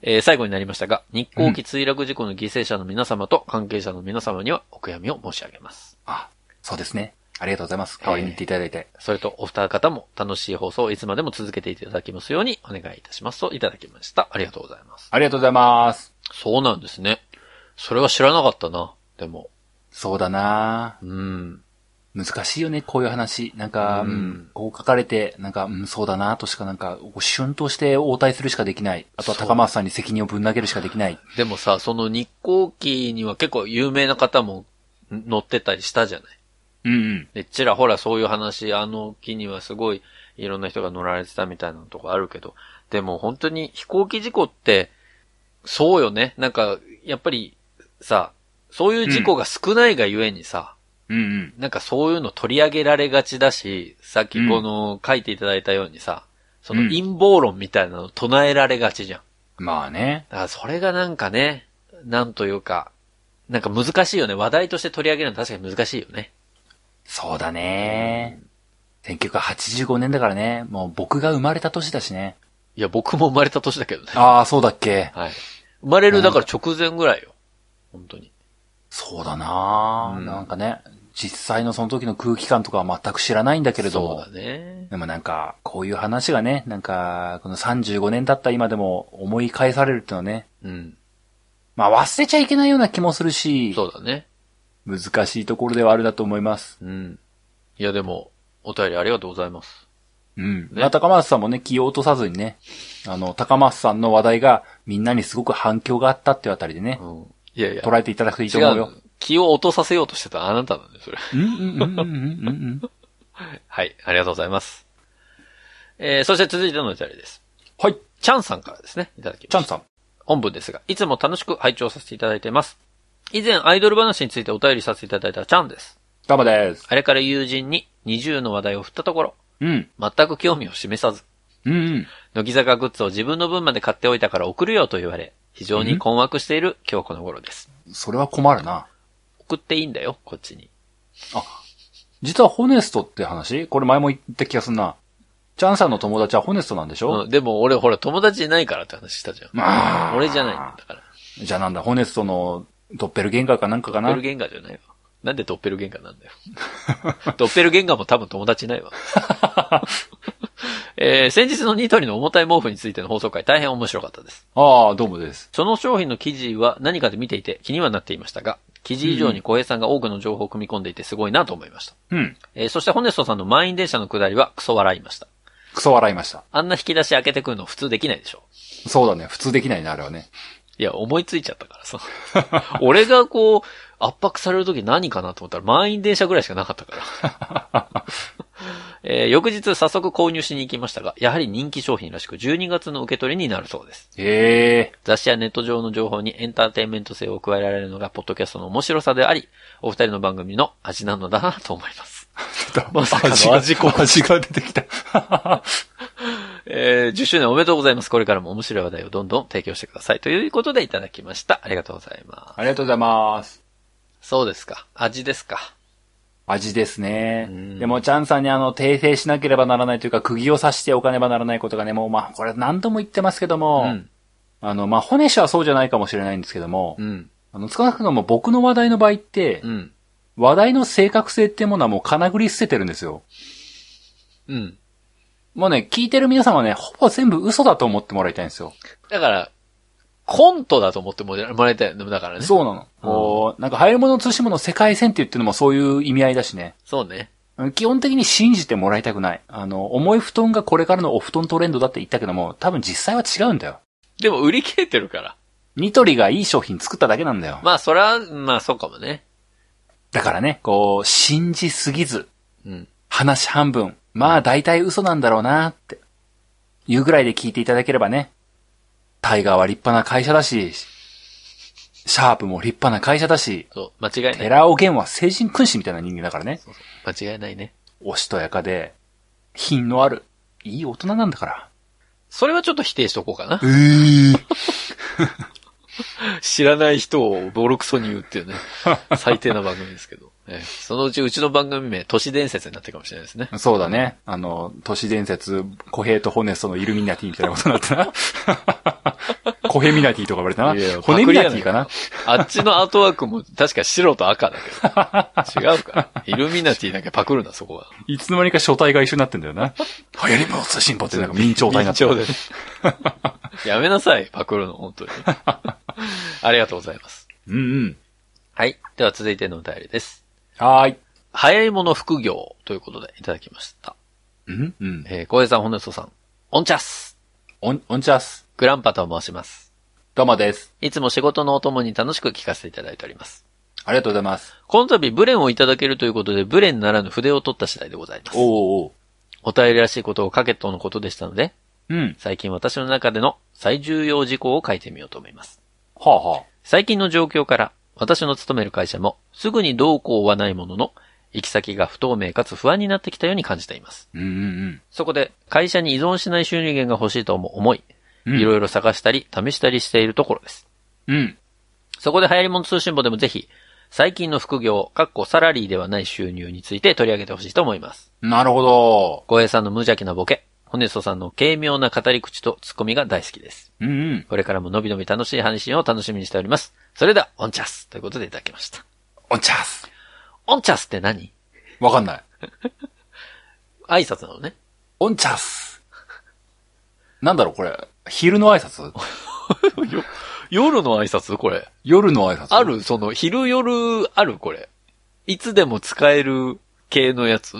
Speaker 1: えー最後になりましたが、日航機墜落事故の犠牲者の皆様と関係者の皆様にはお悔やみを申し上げます。
Speaker 2: あ、そうですね。ありがとうございます。代わりに言っていただいて。
Speaker 1: それと、お二方も楽しい放送をいつまでも続けていただきますようにお願いいたしますといただきました。ありがとうございます。
Speaker 2: ありがとうございます。
Speaker 1: そうなんですね。それは知らなかったな。でも。
Speaker 2: そうだな
Speaker 1: うん。
Speaker 2: 難しいよね、こういう話。なんか、
Speaker 1: うん
Speaker 2: うんこう書かれて、なんか、うん、そうだなとしか、なんか、こう旬として応対するしかできない。あとは
Speaker 1: そう
Speaker 2: 高松さんに責任をぶん投げるしかできない。
Speaker 1: でもさ、その日航機には結構有名な方もん乗ってたりしたじゃない。
Speaker 2: うんうん。
Speaker 1: で、ちらほらそういう話、あの木にはすごいいろんな人が乗られてたみたいなとこあるけど、でも本当に飛行機事故って、そうよね。なんか、やっぱりさ、そういう事故が少ないがゆえにさ、
Speaker 2: うんうん。
Speaker 1: なんかそういうの取り上げられがちだし、さっきこの書いていただいたようにさ、その
Speaker 2: うん
Speaker 1: 陰謀論みたいなの唱えられがちじゃん。
Speaker 2: まあね。
Speaker 1: だからそれがなんかね、なんというか、なんか難しいよね。話題として取り上げるのは確かに難しいよね。
Speaker 2: そうだね。1985年だからね。もう僕が生まれた年だ
Speaker 1: [laughs]
Speaker 2: しね。
Speaker 1: いや、僕も生まれた年だけどね。
Speaker 2: ああ、そうだっけ。
Speaker 1: はい。生まれるだから直前ぐらいよ。本当に。
Speaker 2: そうだな、
Speaker 1: うん
Speaker 2: なんかね、実際のその時の空気感とかは全く知らないんだけれど
Speaker 1: そう
Speaker 2: も
Speaker 1: だ。ね。
Speaker 2: でもなんか、こういう話がね、なんか、この35年経った今でも思い返されるってのはね、
Speaker 1: うん。
Speaker 2: まあ忘れちゃいけないような気もするし、
Speaker 1: そうだね。
Speaker 2: 難しいところではあるだと思います。
Speaker 1: うん。いや、でも、お便りありがとうございます。
Speaker 2: うん。
Speaker 1: ね
Speaker 2: まあ高松さんもね、気を落とさずにね、あの、高松さんの話題がみんなにすごく反響があったっていうあたりでね
Speaker 1: う、ん。いやいや。
Speaker 2: 捉えていただくといいと
Speaker 1: 違
Speaker 2: 思う
Speaker 1: う
Speaker 2: よ
Speaker 1: の。。気を落とさせようとしてたあなたなんで、それ。 [laughs]
Speaker 2: うんうんうんうんうんうん。
Speaker 1: はい。ありがとうございます。えー、そして続いてのお便りです。
Speaker 2: はい、
Speaker 1: チャンさんからですね。いただきまし
Speaker 2: チャ
Speaker 1: た
Speaker 2: ンさん。
Speaker 1: 本文ですが、いつも楽しく拝聴させていただいています。以前、アイドル話についてお便りさせていただいたチャンです。
Speaker 2: ダマです。
Speaker 1: あれから友人に20の話題を振ったところ、
Speaker 2: うん。
Speaker 1: 全く興味を示さず、
Speaker 2: うんうん。
Speaker 1: 乃木坂グッズを自分の分まで買っておいたから送るよと言われ、非常に困惑している今日この頃です。
Speaker 2: それは困るな。
Speaker 1: 送っていいんだよ、こっちに。
Speaker 2: 実はホネストって話これ前も言った気がすんな。チャンさんの友達はホネストなんでしょ、
Speaker 1: うん、でも俺ほら友達いないからって話したじゃん。
Speaker 2: まあ
Speaker 1: 俺じゃないんだから。
Speaker 2: じゃあなんだ、ホネストのドッペルゲンガーかなんか
Speaker 1: ド
Speaker 2: か
Speaker 1: ッペ
Speaker 2: な
Speaker 1: ルゲンガーじゃないわ。なんでドッペルゲンガーなんだよ。ドッペルゲンガーも多分友達いないわ。えー先日のニトリの重たい毛布についての放送回大変面白かったです。
Speaker 2: ああ、どうもです。
Speaker 1: その商品の記事は何かで見ていて気にはなっていましたが、記事以上に小平さんが多くの情報を組み込んでいてすごいなと思いました。
Speaker 2: うん。
Speaker 1: えーそしてホネストさんの満員電車の下りはクソ笑いました。
Speaker 2: クソ笑いました。
Speaker 1: あんな引き出し開けてくるの普通できないでしょ。
Speaker 2: そうだね。普通できないね、あれはね。
Speaker 1: いや、思いついちゃったからさ。俺がこう、圧迫されるとき何かなと思ったら満員電車ぐらいしかなかったから。 [laughs] えー翌日早速購入しに行きましたが、やはり人気商品らしく12月の受け取りになるそうです。
Speaker 2: ええ
Speaker 1: 雑誌やネット上の情報にエンターテインメント性を加えられるのがポッドキャストの面白さであり、お二人の番組の味なのだなと思います。まさかの味
Speaker 2: [laughs] が、味が出てきた。
Speaker 1: [laughs] えー10周年おめでとうございます。これからも面白い話題をどんどん提供してください。ということでいただきました。ありがとうございます。
Speaker 2: ありがとうございます。
Speaker 1: そうですか。味ですか。
Speaker 2: 味ですね
Speaker 1: うん。
Speaker 2: でも、チャンさんにあの、訂正しなければならないというか、釘を刺しておかねばならないことがね、もうまあ、これ何度も言ってますけども、
Speaker 1: うん。
Speaker 2: あの、まあ、骨氏はそうじゃないかもしれないんですけども、
Speaker 1: うん。
Speaker 2: あの、少なくとも僕の話題の場合って、
Speaker 1: うん。
Speaker 2: 話題の正確性っていうものはもうかなぐり捨ててるんですよ。
Speaker 1: うん。
Speaker 2: もうね、聞いてる皆さんはね、ほぼ全部嘘だと思ってもらいたいんですよ。
Speaker 1: だから、コントだと思ってもらいたいのだからね。
Speaker 2: そうなの。こう、なんか、入るもの通しもの世界線って言ってるのもそういう意味合いだしね。
Speaker 1: そうね。
Speaker 2: 基本的に信じてもらいたくない。あの、重い布団がこれからのお布団トレンドだって言ったけども、多分実際は違うんだよ。
Speaker 1: でも売り切れてるから。
Speaker 2: ニトリがいい商品作っただけなんだよ。
Speaker 1: まあ、それは、まあ、そうかもね。
Speaker 2: だからね、こう、信じすぎず、
Speaker 1: うん。
Speaker 2: 話半分、まあ大体嘘なんだろうなって、いうぐらいで聞いていただければね、タイガーは立派な会社だし、シャープも立派な会社だし、
Speaker 1: そう。間違いない。
Speaker 2: 寺尾源は成人君子みたいな人間だからね、
Speaker 1: 間違いないね。
Speaker 2: おしとやかで、品のある、いい大人なんだから。
Speaker 1: それはちょっと否定しとこうかな
Speaker 2: え。ー、
Speaker 1: 知らない人をボロクソに言う [laughs] っていうね。最低な番組ですけど。ええそのうちうちの番組名、都市伝説になってるかもしれないですね。
Speaker 2: そうだね。あの、都市伝説、コヘイとホネストのイルミナティみたいなことになった [laughs] な。コヘミナティとか言われた
Speaker 1: いやいや
Speaker 2: な。ホネミナティかな。
Speaker 1: あっちのアートワークも確か白と赤だ
Speaker 2: [laughs]
Speaker 1: けど。違うか。イルミナティだけパクるな、そこは。
Speaker 2: いつの間にか書体が一緒になってんだよ [laughs] な。流行り物通信簿ってなんか明朝体になってる。
Speaker 1: 明朝で。やめなさい、パクるの、本当に。ありがとうございます。
Speaker 2: うんうん。
Speaker 1: はい。では続いてのお便りです。
Speaker 2: はーい。
Speaker 1: 早いもの副業ということでいただきました。
Speaker 2: うんうん。
Speaker 1: えー、小平さん、本ソさん、オンチャス
Speaker 2: おん、おんちゃす。
Speaker 1: グランパと申します。
Speaker 2: どうもです。
Speaker 1: いつも仕事のお供に楽しく聞かせていただいております。
Speaker 2: ありがとうございます。
Speaker 1: この度、ブレンをいただけるということで、ブレンならぬ筆を取った次第でございます。お
Speaker 2: おうおう
Speaker 1: 便りらしいことを書けとのことでしたので、
Speaker 2: うん。
Speaker 1: 最近私の中での最重要事項を書いてみようと思います。
Speaker 2: はあは
Speaker 1: 最近の状況から、私の勤める会社も、すぐにどうこうはないものの、行き先が不透明かつ不安になってきたように感じています。
Speaker 2: あ。うんうん
Speaker 1: そこで、会社に依存しない収入源が欲しいとも思い、
Speaker 2: うん。
Speaker 1: いろいろ探したり、試したりしているところです。
Speaker 2: うん。
Speaker 1: そこで流行り物通信簿でもぜひ、最近の副業、かっこサラリーではない収入について取り上げてほしいと思います。
Speaker 2: なるほど。
Speaker 1: 小平さんの無邪気なボケ、ホネストさんの軽妙な語り口とツッコミが大好きです。
Speaker 2: うんうん。
Speaker 1: これからものびのび楽しい配信を楽しみにしております。それでは、オンチャスということでいただきました。
Speaker 2: おんちゃす。
Speaker 1: オンチャスって何
Speaker 2: わかんない。
Speaker 1: 挨拶なのね。
Speaker 2: おんちゃす。なんだろう、これ。昼の挨拶
Speaker 1: 夜の挨拶これ。
Speaker 2: 夜の挨拶
Speaker 1: あるその、昼夜あるこれ。いつでも使える系のやつ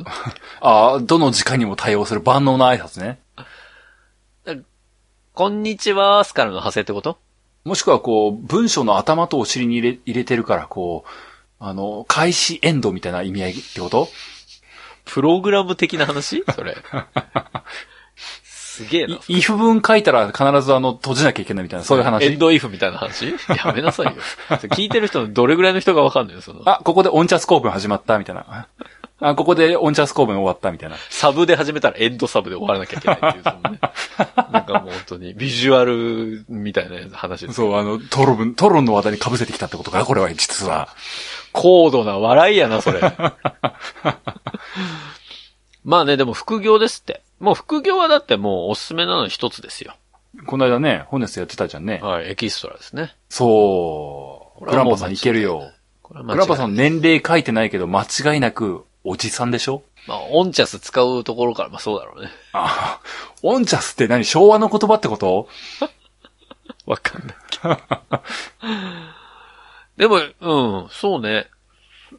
Speaker 2: ああ、どの時間にも対応する万能な挨拶ね。
Speaker 1: こんにちはーすからの派生ってこと
Speaker 2: もしくはこう、文章の頭とお尻に入れ入れてるから、こう、あの、開始エンドみたいな意味合いってこと
Speaker 1: プログラム的な話それ。すげえな。
Speaker 2: い if 文書いたら必ずあの、閉じなきゃいけないみたいな、そういう
Speaker 1: エン
Speaker 2: 話。
Speaker 1: ドイフみたいな話やめなさいよ。それ聞いてる人のどれぐらいの人がわかんないよ、その。
Speaker 2: あ、ここでオンチャス構文始まった、みたいな。あ、ここでオンチャス構文終わった、みたいな。
Speaker 1: サブで始めたらエンドサブで終わらなきゃいけないっていう、そのね。なんかもう本当にビジュアルみたいな話です。
Speaker 2: そう、あの、討論文、討論の話題に被せてきたってことか、これは実は。 [laughs]
Speaker 1: 高度な笑いやな、それ。まあね、でも副業ですって。もう副業はだってもうおすすめなの一つですよ。
Speaker 2: この間ね、ホネスやってたじゃんね。
Speaker 1: はい、エキストラですね。
Speaker 2: そう。
Speaker 1: れは
Speaker 2: グラン
Speaker 1: もう
Speaker 2: パさんいけるよ。
Speaker 1: これは
Speaker 2: グランパさ
Speaker 1: ん。
Speaker 2: ん年齢書いてないけど、間違いなく、おじさんでしょ
Speaker 1: まあ、オンチャス使うところから、まあそうだろうね。
Speaker 2: ああ、オンチャスって何昭和の言葉ってこと
Speaker 1: わかんない。でも、うん、そうね。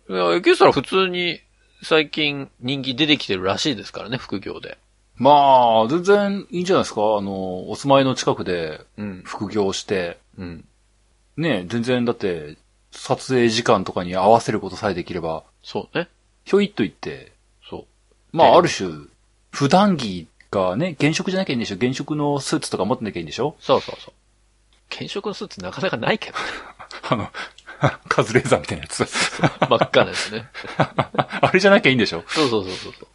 Speaker 1: いやエキストラ普通に最近人気出てきてるらしいですからね、副業で。
Speaker 2: まあ、全然いいんじゃないですかあの、お住まいの近くで
Speaker 1: うん。
Speaker 2: 副業して、
Speaker 1: うん。
Speaker 2: ね、全然だって、撮影時間とかに合わせることさえできれば、
Speaker 1: そうね。
Speaker 2: ひょいっと言って、
Speaker 1: そう。
Speaker 2: ま
Speaker 1: ええ
Speaker 2: あ、ある種、普段着がね、現職じゃなきゃいいんでしょ現職のスーツとか持ってなきゃいいんでしょ
Speaker 1: そうそうそう。検職のスーツなかなかないけどね。
Speaker 2: [laughs] あの、カズレーザーみたいなやつ。
Speaker 1: 真っ赤なやつね。
Speaker 2: あれじゃなきゃいいんでしょ
Speaker 1: そうそうそうそうそう。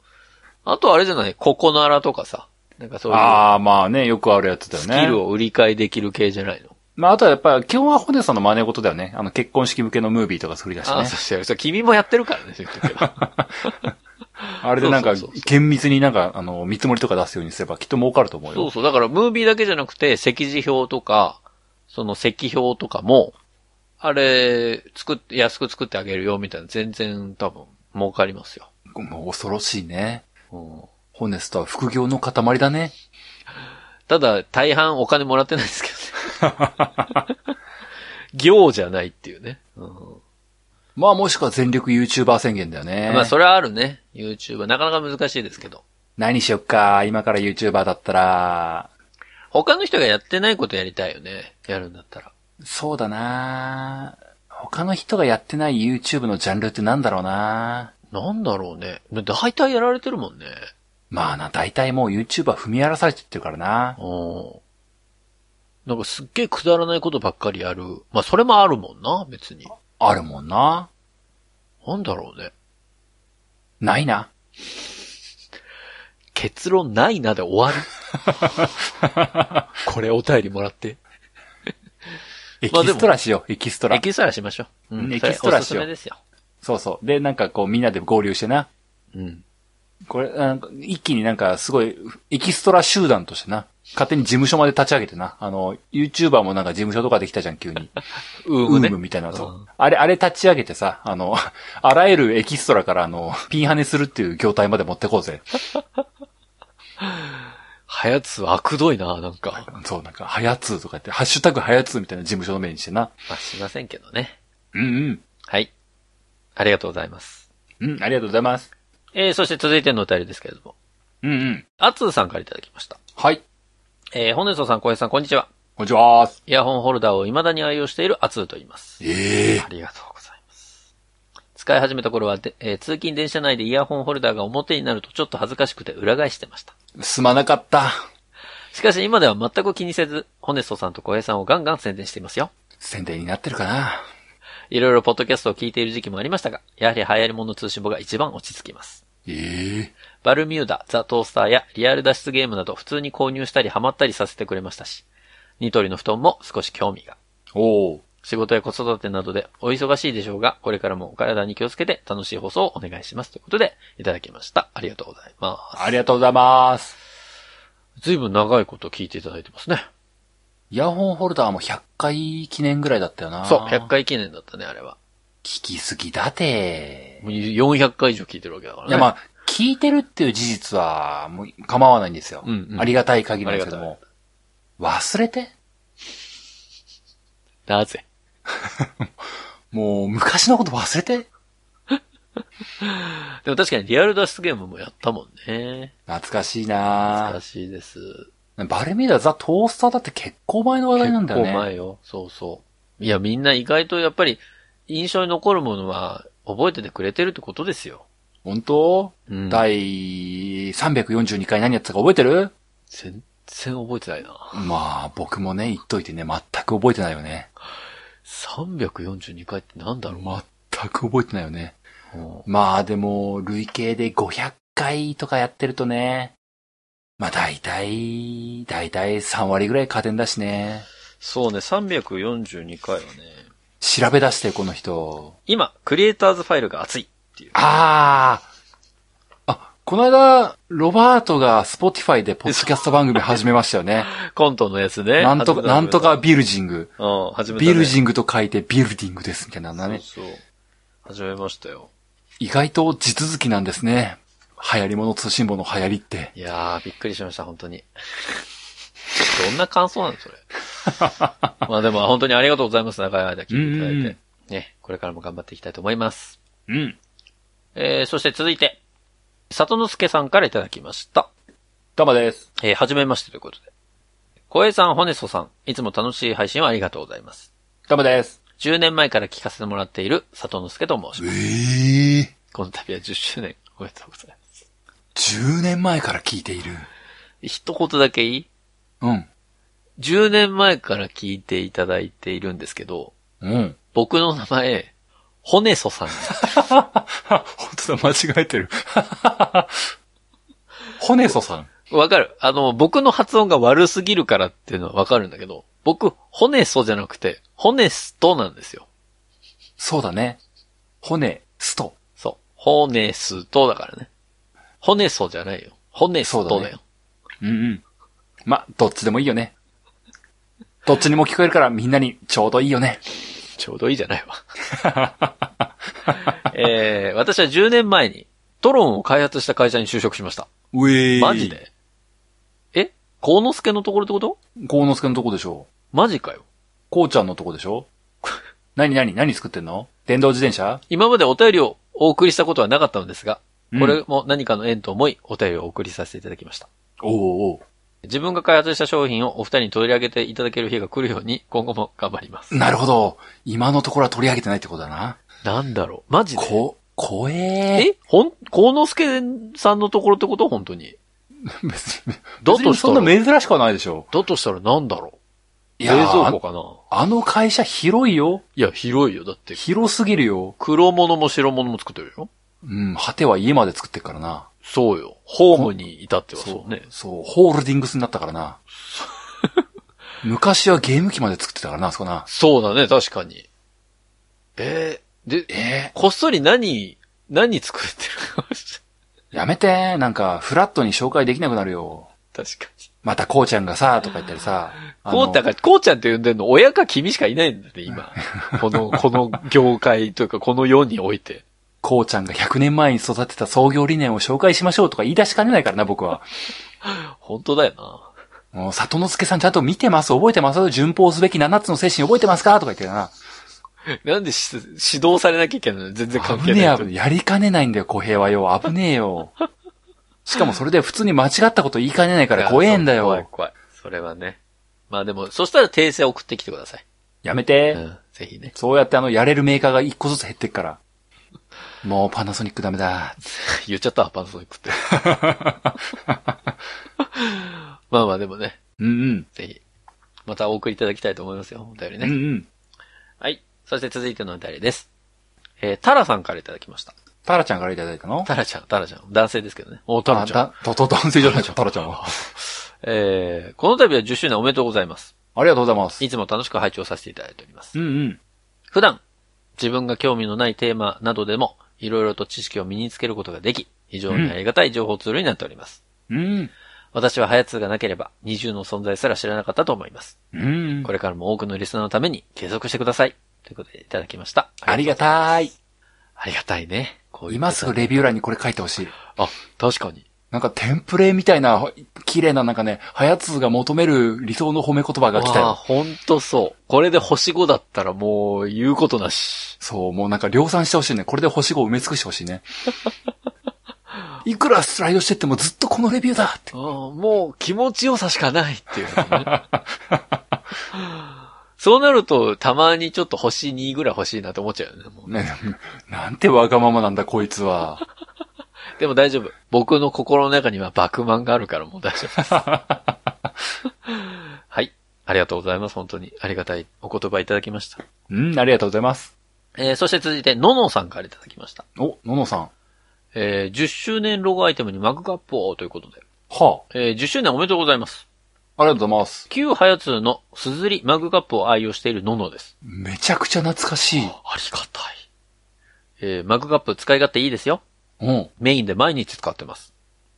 Speaker 1: あとあれじゃないココナラとかさ。なんかそういう
Speaker 2: ああ、まあね、よくあるやつだよ
Speaker 1: ス
Speaker 2: ね。
Speaker 1: キルを売り買いできる系じゃないの。
Speaker 2: まあ、あとはやっぱり、基本はホネさんの真似事だよね。あの、結婚式向けのムービーとか作り出して
Speaker 1: ああ、
Speaker 2: ね
Speaker 1: そ。うしてる。それ君もやってるからね、そういう時は
Speaker 2: あれでなんか
Speaker 1: そうそうそう、
Speaker 2: 厳密になんか、あの、見積もりとか出すようにすればきっと儲かると思う
Speaker 1: そう
Speaker 2: よ。
Speaker 1: そう。だから、ムービーだけじゃなくて、席次表とか、その席表とかも、あれ、作って、安く作ってあげるよ、みたいな。全然、多分、儲かりますよ。
Speaker 2: もう恐ろしいね。
Speaker 1: うん
Speaker 2: ホネスとは副業の塊だね。
Speaker 1: ただ、大半お金もらってないですけどね。 [laughs] 行じゃないっていうね。うん
Speaker 2: まあもしくは全力 YouTuber 宣言だよね。
Speaker 1: まあ、それはあるね。YouTuber。なかなか難しいですけど。
Speaker 2: 何しよっか、今から YouTuber だったら。
Speaker 1: 他の人がやってないことやりたいよね。やるんだったら。
Speaker 2: そうだな他の人がやってない YouTube のジャンルってなんだろうな
Speaker 1: なんだろうね。大体やられてるもんね。
Speaker 2: まあな、大体もう YouTuber 踏み荒らされてってるからな
Speaker 1: うん。なんかすっげえくだらないことばっかりやる。まあ、それもあるもんな、別に。
Speaker 2: あるもんな
Speaker 1: なんだろうね。
Speaker 2: ないな。
Speaker 1: 結論ないなで終わる。
Speaker 2: [laughs]
Speaker 1: これお便りもらって。
Speaker 2: エ
Speaker 1: まあ
Speaker 2: キ
Speaker 1: でも
Speaker 2: ストラしよう、エキストラ
Speaker 1: エ。キストラしましょう。うん、
Speaker 2: エキスト
Speaker 1: それお
Speaker 2: ラし
Speaker 1: すす
Speaker 2: よう
Speaker 1: めですよ。
Speaker 2: そうそう。で、なんかこうみんなで合流してな。
Speaker 1: うん。
Speaker 2: これ、なんか一気になんかすごい、エキストラ集団としてな。勝手に事務所まで立ち上げてな。あの、YouTuber もなんか事務所とかできたじゃん、急 [laughs] に。
Speaker 1: ウー
Speaker 2: ウ
Speaker 1: ムね
Speaker 2: ームみたいなのと
Speaker 1: うん
Speaker 2: あれ、あれ立ち上げてさ、あの、 [laughs] あらゆるエキストラからあの、ピンハネするっていう業態まで持ってこうぜ。
Speaker 1: はやつは悪どいな、なんか。
Speaker 2: そう、なんか、はやつーとか言って、ハッシュタグはやつーみたいな事務所の名にしてな。
Speaker 1: まあ、しませんけどね。
Speaker 2: うん
Speaker 1: はい。ありがとうございます。
Speaker 2: うん。うん、ありがとうございます。
Speaker 1: えー、そして続いてのお便りですけれども。
Speaker 2: うんうん。
Speaker 1: あつーさんからいただきました。
Speaker 2: はい。
Speaker 1: えー、ホネソさん、小平さん、こんにちは。
Speaker 2: こんにちは。
Speaker 1: イヤホンホルダーを未だに愛用しているあつーと言います。
Speaker 2: ええ
Speaker 1: ありがとうございます。使い始めた頃はで、えー通勤電車内でイヤホンホルダーが表になるとちょっと恥ずかしくて裏返してました。
Speaker 2: すまなかった。
Speaker 1: しかし今では全く気にせず、ホネソさんと小平さんをガンガン宣伝していますよ。
Speaker 2: 宣伝になってるかな。
Speaker 1: いろいろポッドキャストを聞いている時期もありましたが、やはり流行り物通信簿が一番落ち着きます。
Speaker 2: ええ
Speaker 1: バルミューダ、ザ・トースターやリアル脱出ゲームなど普通に購入したりハマったりさせてくれましたし、ニトリの布団も少し興味が。
Speaker 2: おお。
Speaker 1: 仕事や子育てなどでお忙しいでしょうが、これからもお体に気をつけて楽しい放送をお願いします。ということで、いただきました。ありがとうございます。
Speaker 2: ありがとうございます。
Speaker 1: ずいぶん長いこと聞いていただいてますね。
Speaker 2: イヤホンホルダーも100回記念ぐらいだったよな。
Speaker 1: そう、100。回記念だったね、あれは。
Speaker 2: 聞きすぎだて。
Speaker 1: もう400回以上聞いてるわけだからね。
Speaker 2: いや、まあ、聞いてるっていう事実は、もう構わないんですよ。
Speaker 1: うんうん
Speaker 2: ありがたい限りなんですけども。忘れて
Speaker 1: なぜ
Speaker 2: もう、昔のこと忘れて
Speaker 1: でも確かにリアル脱出ゲームもやったもんね。
Speaker 2: 懐かしい
Speaker 1: 懐
Speaker 2: な
Speaker 1: かしいです。
Speaker 2: バルミューダザ・トースターだって結構前の話題なんだよね。
Speaker 1: 結構前よ。そうそう。いや、みんな意外とやっぱり印象に残るものは覚えててくれてるってことですよ。
Speaker 2: 本当、
Speaker 1: うん。
Speaker 2: 第342回何やってたか覚えてる
Speaker 1: 全然覚えてないな。
Speaker 2: まあ、僕もね、言っといてね、全く覚えてないよね。
Speaker 1: 342回ってなんだろう、
Speaker 2: 全く覚えてないよね。
Speaker 1: うん
Speaker 2: まあでも、累計で500回とかやってるとね、まあ大体、大体3割ぐらい家電だしね。
Speaker 1: そうね、342回はね、
Speaker 2: 調べ出してこの人。
Speaker 1: 今、クリエイターズファイルが熱いっていう。
Speaker 2: あああ、この間、ロバートが Spotify でポッドキャスト番組始めましたよね。
Speaker 1: コントのやつね。
Speaker 2: なんとか、
Speaker 1: 初めてだ
Speaker 2: なんとか。ビルジング。
Speaker 1: うん、初めてだね。
Speaker 2: ビルジングと書いてビルディングですみたいなのがね。
Speaker 1: そうそう。始めましたよ。
Speaker 2: 意外と地続きなんですね。流行り物通信簿の流行りって。
Speaker 1: いやー、びっくりしました、本当に。どんな感想なの、そ
Speaker 2: [laughs]
Speaker 1: れ。まあでも、本当にありがとうございます、長い間聞いていただ
Speaker 2: う
Speaker 1: い
Speaker 2: んう
Speaker 1: て。ね、これからも頑張っていきたいと思います。
Speaker 2: うん。
Speaker 1: えー、そして続いて、里之助さんからいただきました。
Speaker 2: たまです。
Speaker 1: えー、はじめましてということで。小江さん、ホネソさん、いつも楽しい配信をありがとうございます。
Speaker 2: たまです。
Speaker 1: 10年前から聞かせてもらっている里之助と申し
Speaker 2: え
Speaker 1: ます。
Speaker 2: え
Speaker 1: この度は10周年、おめでとうございます。
Speaker 2: 10年前から聞いている。
Speaker 1: 一言だけいい
Speaker 2: うん。
Speaker 1: ?10 年前から聞いていただいているんですけど、
Speaker 2: うん。
Speaker 1: 僕の名前、ホネソさんです。
Speaker 2: 本当だ、間違えてる。 [laughs] ホネソさん。
Speaker 1: わかるあの、僕の発音が悪すぎるからっていうのはわかるんだけど、僕、ホネソじゃなくて、ホネストなんですよ。
Speaker 2: そうだね。ホネ、スト。
Speaker 1: そう。ホネストだからね。ホネソじゃないよ。ホネストだよ。
Speaker 2: そうだねうんうん。ま、どっちでもいいよね。どっちにも聞こえるからみんなにちょうどいいよね。
Speaker 1: ちょうどいいじゃないわ。 [laughs] えー、私は10年前に、トロンを開発した会社に就職しました。
Speaker 2: うえ
Speaker 1: マジでえ幸之助のところってこと
Speaker 2: 幸之助のとこでしょ
Speaker 1: マジかよ。
Speaker 2: こうちゃんのとこでしょ何何何作ってんの電動自転車
Speaker 1: 今までお便りをお送りしたことはなかったのですが、
Speaker 2: うん
Speaker 1: これも何かの縁と思いお便りをお送りさせていただきました。
Speaker 2: おうおう
Speaker 1: 自分が開発した商品をお二人に取り上げていただける日が来るように今後も頑張ります。
Speaker 2: なるほど。今のところは取り上げてないってことだな。
Speaker 1: なんだろうマジで
Speaker 2: こ、怖えー。
Speaker 1: えほん、幸之助さんのところってこと本当に。
Speaker 2: [laughs] 別に、
Speaker 1: だとした
Speaker 2: そんな
Speaker 1: ら、
Speaker 2: 珍しくはないでしょ。
Speaker 1: だとしたらなんだろう
Speaker 2: い
Speaker 1: 冷
Speaker 2: や
Speaker 1: 蔵庫
Speaker 2: ー、
Speaker 1: かな
Speaker 2: あの会社広いよ。
Speaker 1: いや、広いよ。だって、
Speaker 2: 広すぎるよ。
Speaker 1: 黒物も白物も作ってるよ。
Speaker 2: うん、果ては家まで作ってっからな。
Speaker 1: そうよ。ホームに至ってはそうね。
Speaker 2: そう、ホールディングスになったからな。昔はゲーム機まで作ってたからな、あそこな。
Speaker 1: そうだね、確かに。えー、で、
Speaker 2: え
Speaker 1: こっそり何、何作ってるか
Speaker 2: ー、やめて、なんか、フラットに紹介できなくなるよ。
Speaker 1: [laughs] 確かに。
Speaker 2: またこうちゃんがさ、とか言ったりさ。あの
Speaker 1: [laughs] こうたが、こうちゃんって呼んでるの、親か君しかいないんだね、
Speaker 2: [laughs]
Speaker 1: 今。この、この業界というか、この世において。
Speaker 2: こうちゃんが100年前に育てた創業理念を紹介しましょうとか言い出しかねないからな、僕
Speaker 1: [laughs]
Speaker 2: は。
Speaker 1: 本当だよな。
Speaker 2: もう、里之助さんちゃんと見てます、覚えてます、順法すべき7つの精神覚えてますかとか言ってるな。
Speaker 1: なんでし指導されなきゃいけないの全然 [laughs] 関係
Speaker 2: 危ね
Speaker 1: ない
Speaker 2: え、危ねえ。やりかねないんだよ、小平はよ。危ねえよ。しかもそれで普通に間違ったこと言いかねないから怖えんだ
Speaker 1: いやそう怖い
Speaker 2: よ。
Speaker 1: 怖い。それはね。まあでも、そしたら訂正送ってきてください。
Speaker 2: やめて。
Speaker 1: うん。ぜひね。 [laughs]
Speaker 2: そうやってあの、やれるメーカーが一個ずつ減ってっから。もうパナソニックダメだ。
Speaker 1: 言っちゃったわ、パナソニックって。 [laughs] まあまあでもね、
Speaker 2: うんうん。
Speaker 1: ぜひ、またお送りいただきたいと思いますよ、お便りね。
Speaker 2: うんうん。
Speaker 1: はい。そして続いてのお便りです。えー、タラさんからいただきました。
Speaker 2: タラちゃんからいただいたの
Speaker 1: タラちゃん、タラちゃん。男性ですけどね。お、タラちゃん。
Speaker 2: ん。と、と、男性じゃないでしょ、タラちゃんは。
Speaker 1: えー、この度は10周年おめでとうございます。
Speaker 2: ありがとうございます。
Speaker 1: いつも楽しく拝聴させていただいております
Speaker 2: う。んうん。
Speaker 1: 普段、自分が興味のないテーマなどでも、いろいろと知識を身につけることができ、非常にありがたい情報ツールになっております。
Speaker 2: うん。
Speaker 1: 私はハヤツーがなければ、二重の存在すら知らなかったと思います。
Speaker 2: うん
Speaker 1: こ。れからも多くのリスナーのために継続してください。ということでいただきました。
Speaker 2: ありがたい。
Speaker 1: ありがたいね。こういう
Speaker 2: 今すぐレビュー欄にこれ書いてほしい。
Speaker 1: あ、確かに。
Speaker 2: なんかテンプレみたいな、ほ綺麗ななんかね、はやつが求める理想の褒め言葉が来た
Speaker 1: わあ、
Speaker 2: よ。
Speaker 1: ほんとそう。これで星5だったらもう言うことなし。
Speaker 2: そう、もうなんか量産してほしいね。これで星5を埋め尽くしてほしい [laughs] ね。いくらスライドしてってもずっとこのレビューだって。
Speaker 1: あーもう気持ちよさしかないっていうの
Speaker 2: [laughs]
Speaker 1: ね、そうなると、たまにちょっと星2ぐらい欲しいなと思っちゃうよね。もう
Speaker 2: ね、なんてわがままなんだこいつは。
Speaker 1: でも大丈夫。僕の心の中には爆満があるからもう大丈夫です。 [laughs] はい。ありがとうございます。本当に。ありがたいお言葉いただきました。
Speaker 2: うん、ありがとうございます。
Speaker 1: えー、そして続いて、ののさんからいただきました。
Speaker 2: お、ののさん。は
Speaker 1: えー、10周年ロゴアイテムにマグカップをということで。
Speaker 2: あ、
Speaker 1: えー、10周年おめでとうございます。
Speaker 2: ありがとうございます。
Speaker 1: 旧ハヤツーのすずりマグカップを愛用しているののです。
Speaker 2: めちゃくちゃ懐かしい。
Speaker 1: ありがたい。えー、マグカップ使い勝手いいですよ。
Speaker 2: うん。
Speaker 1: メインで毎日使ってます。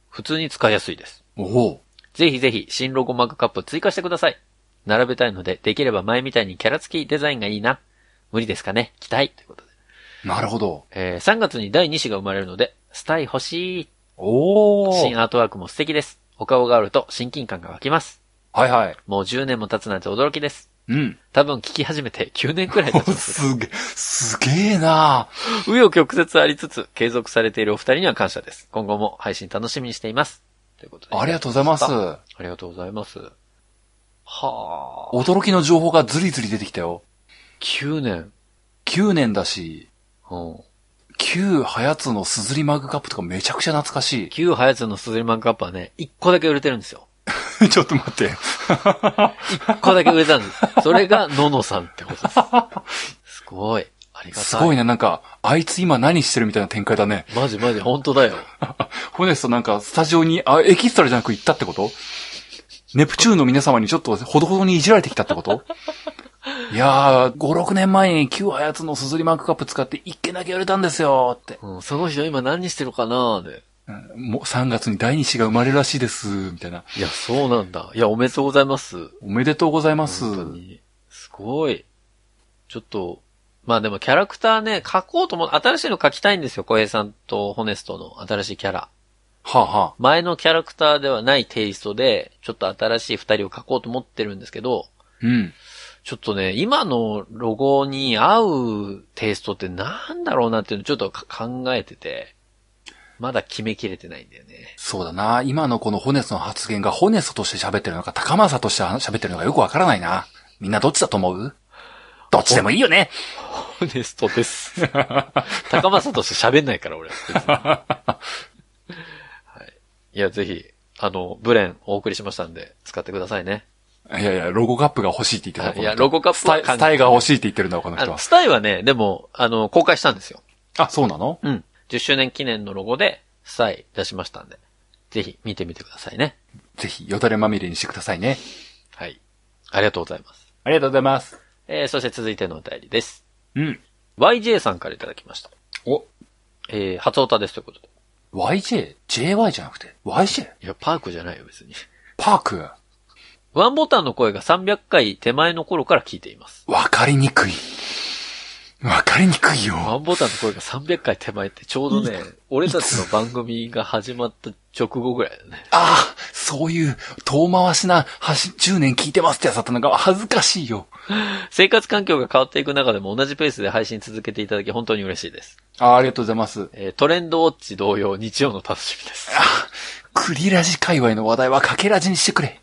Speaker 1: 普通に使いやすいです。
Speaker 2: おお
Speaker 1: ぜひぜひ、新ロゴマグカップ追加してください。並べたいので、できれば前みたいにキャラ付きデザインがいいな。無理ですかね期待ということで。
Speaker 2: なるほど。
Speaker 1: えー3月に第2子が生まれるので、スタイ欲しい。
Speaker 2: おお
Speaker 1: 新アートワークも素敵です。お顔があると親近感が湧きます。
Speaker 2: はいはい。
Speaker 1: もう10年も経つなんて驚きです。
Speaker 2: うん。
Speaker 1: 多分聞き始めて9年くらい経ちます。
Speaker 2: [laughs] すげ、すげえな
Speaker 1: 紆余曲折ありつつ、継続されているお二人には感謝です。今後も配信楽しみにしています。ということで。
Speaker 2: ありがとうございます。
Speaker 1: ありがとうございます。はあ。
Speaker 2: 驚きの情報がずりずり出てきたよ。
Speaker 1: 9年。
Speaker 2: 9年だし、
Speaker 1: うん。
Speaker 2: 旧ハヤツのすずりマグカップとかめちゃくちゃ懐かし
Speaker 1: 旧ハヤツのスズリマンカップはね、1個だけ売れてるんですよ。
Speaker 2: い。 [laughs] ちょっと待って。
Speaker 1: 1個だけ売れたんです。
Speaker 2: [laughs]
Speaker 1: それが、ののさんってことです。すごい。ありがたい。
Speaker 2: すごいね、なんか、あいつ今何してるみたいな展開だね。
Speaker 1: マジマジ、本当だよ。
Speaker 2: ホネストなんか、スタジオに、あ、エキストラじゃなく行ったってことネプチューンの皆様にちょっとほどほどにいじられてきたってこといやー、5、6年前に旧ハヤツのすずりマグカップ使って1件だけ売れたんですよって。
Speaker 1: うん、その人今何してるかなーで。
Speaker 2: もう3月に第二子が生まれるらしいです、みたいな。
Speaker 1: いや、そうなんだ。いや、おめでとうございます。
Speaker 2: おめでとうございます。
Speaker 1: 本当に。すごい。ちょっと、まあでもキャラクターね、書こうと思う、新しいの書きたいんですよ。小平さんとホネストの新しいキャラ。
Speaker 2: はあ、は
Speaker 1: 前のキャラクターではないテイストで、ちょっと新しい二人を書こうと思ってるんですけど、
Speaker 2: あ、うん。
Speaker 1: ちょっとね、今のロゴに合うテイストってなんだろうなっていうのをちょっとか考えてて、まだ決めきれてないんだよね。
Speaker 2: そうだな。今のこのホネスの発言がホネスとして喋ってるのか、高政として喋ってるのかよくわからないな。みんなどっちだと思うどっちでもいいよね。
Speaker 1: ホネストです。 [laughs] 高松として喋んないから、俺。別にはい。いや、ぜひ、あの、ブレンお送りしましたんで、使ってくださいね。
Speaker 2: いやいや、ロゴカップが欲しいって言ってた。
Speaker 1: いや、ロゴカッ
Speaker 2: ス
Speaker 1: プ
Speaker 2: タ
Speaker 1: は
Speaker 2: イスタイが欲しいって言ってるのはこの
Speaker 1: あ
Speaker 2: 人
Speaker 1: の
Speaker 2: は。
Speaker 1: スタイはね、でも、あの、公開したんですよ。
Speaker 2: あ、そうなの
Speaker 1: うん。10周年記念のロゴで、スタイ出しましたんで、ぜひ見てみてくださいね。
Speaker 2: ぜひ、よだれまみれにしてくださいね。
Speaker 1: はい。ありがとうございます。
Speaker 2: ありがとうございます。
Speaker 1: えー、そして続いてのお便りです。
Speaker 2: うん。
Speaker 1: YJ さんからいただきました。
Speaker 2: お、
Speaker 1: えー、初オタですということで。
Speaker 2: YJ? JY じゃなくて、YJ?
Speaker 1: いや、パークじゃないよ、別に。 [laughs]
Speaker 2: パーク
Speaker 1: ワンボタンの声が300回手前の頃から聞いています。
Speaker 2: わかりにくい。わかりにくいよ。
Speaker 1: ワンボタンの声が300回手前ってちょうどね、俺たちの番組が始まった直後ぐらいだね。 [laughs]
Speaker 2: ああ、そういう遠回しな、はし、10年聞いてますってやつだったのが恥ずかしいよ。
Speaker 1: 生活環境が変わっていく中でも同じペースで配信続けていただき本当に嬉しいです。
Speaker 2: ああ、ありがとうございます。
Speaker 1: えートレンドウォッチ同様日曜の楽しみです。 [laughs]
Speaker 2: クリラジ界隈の話題はかけラジにしてくれ。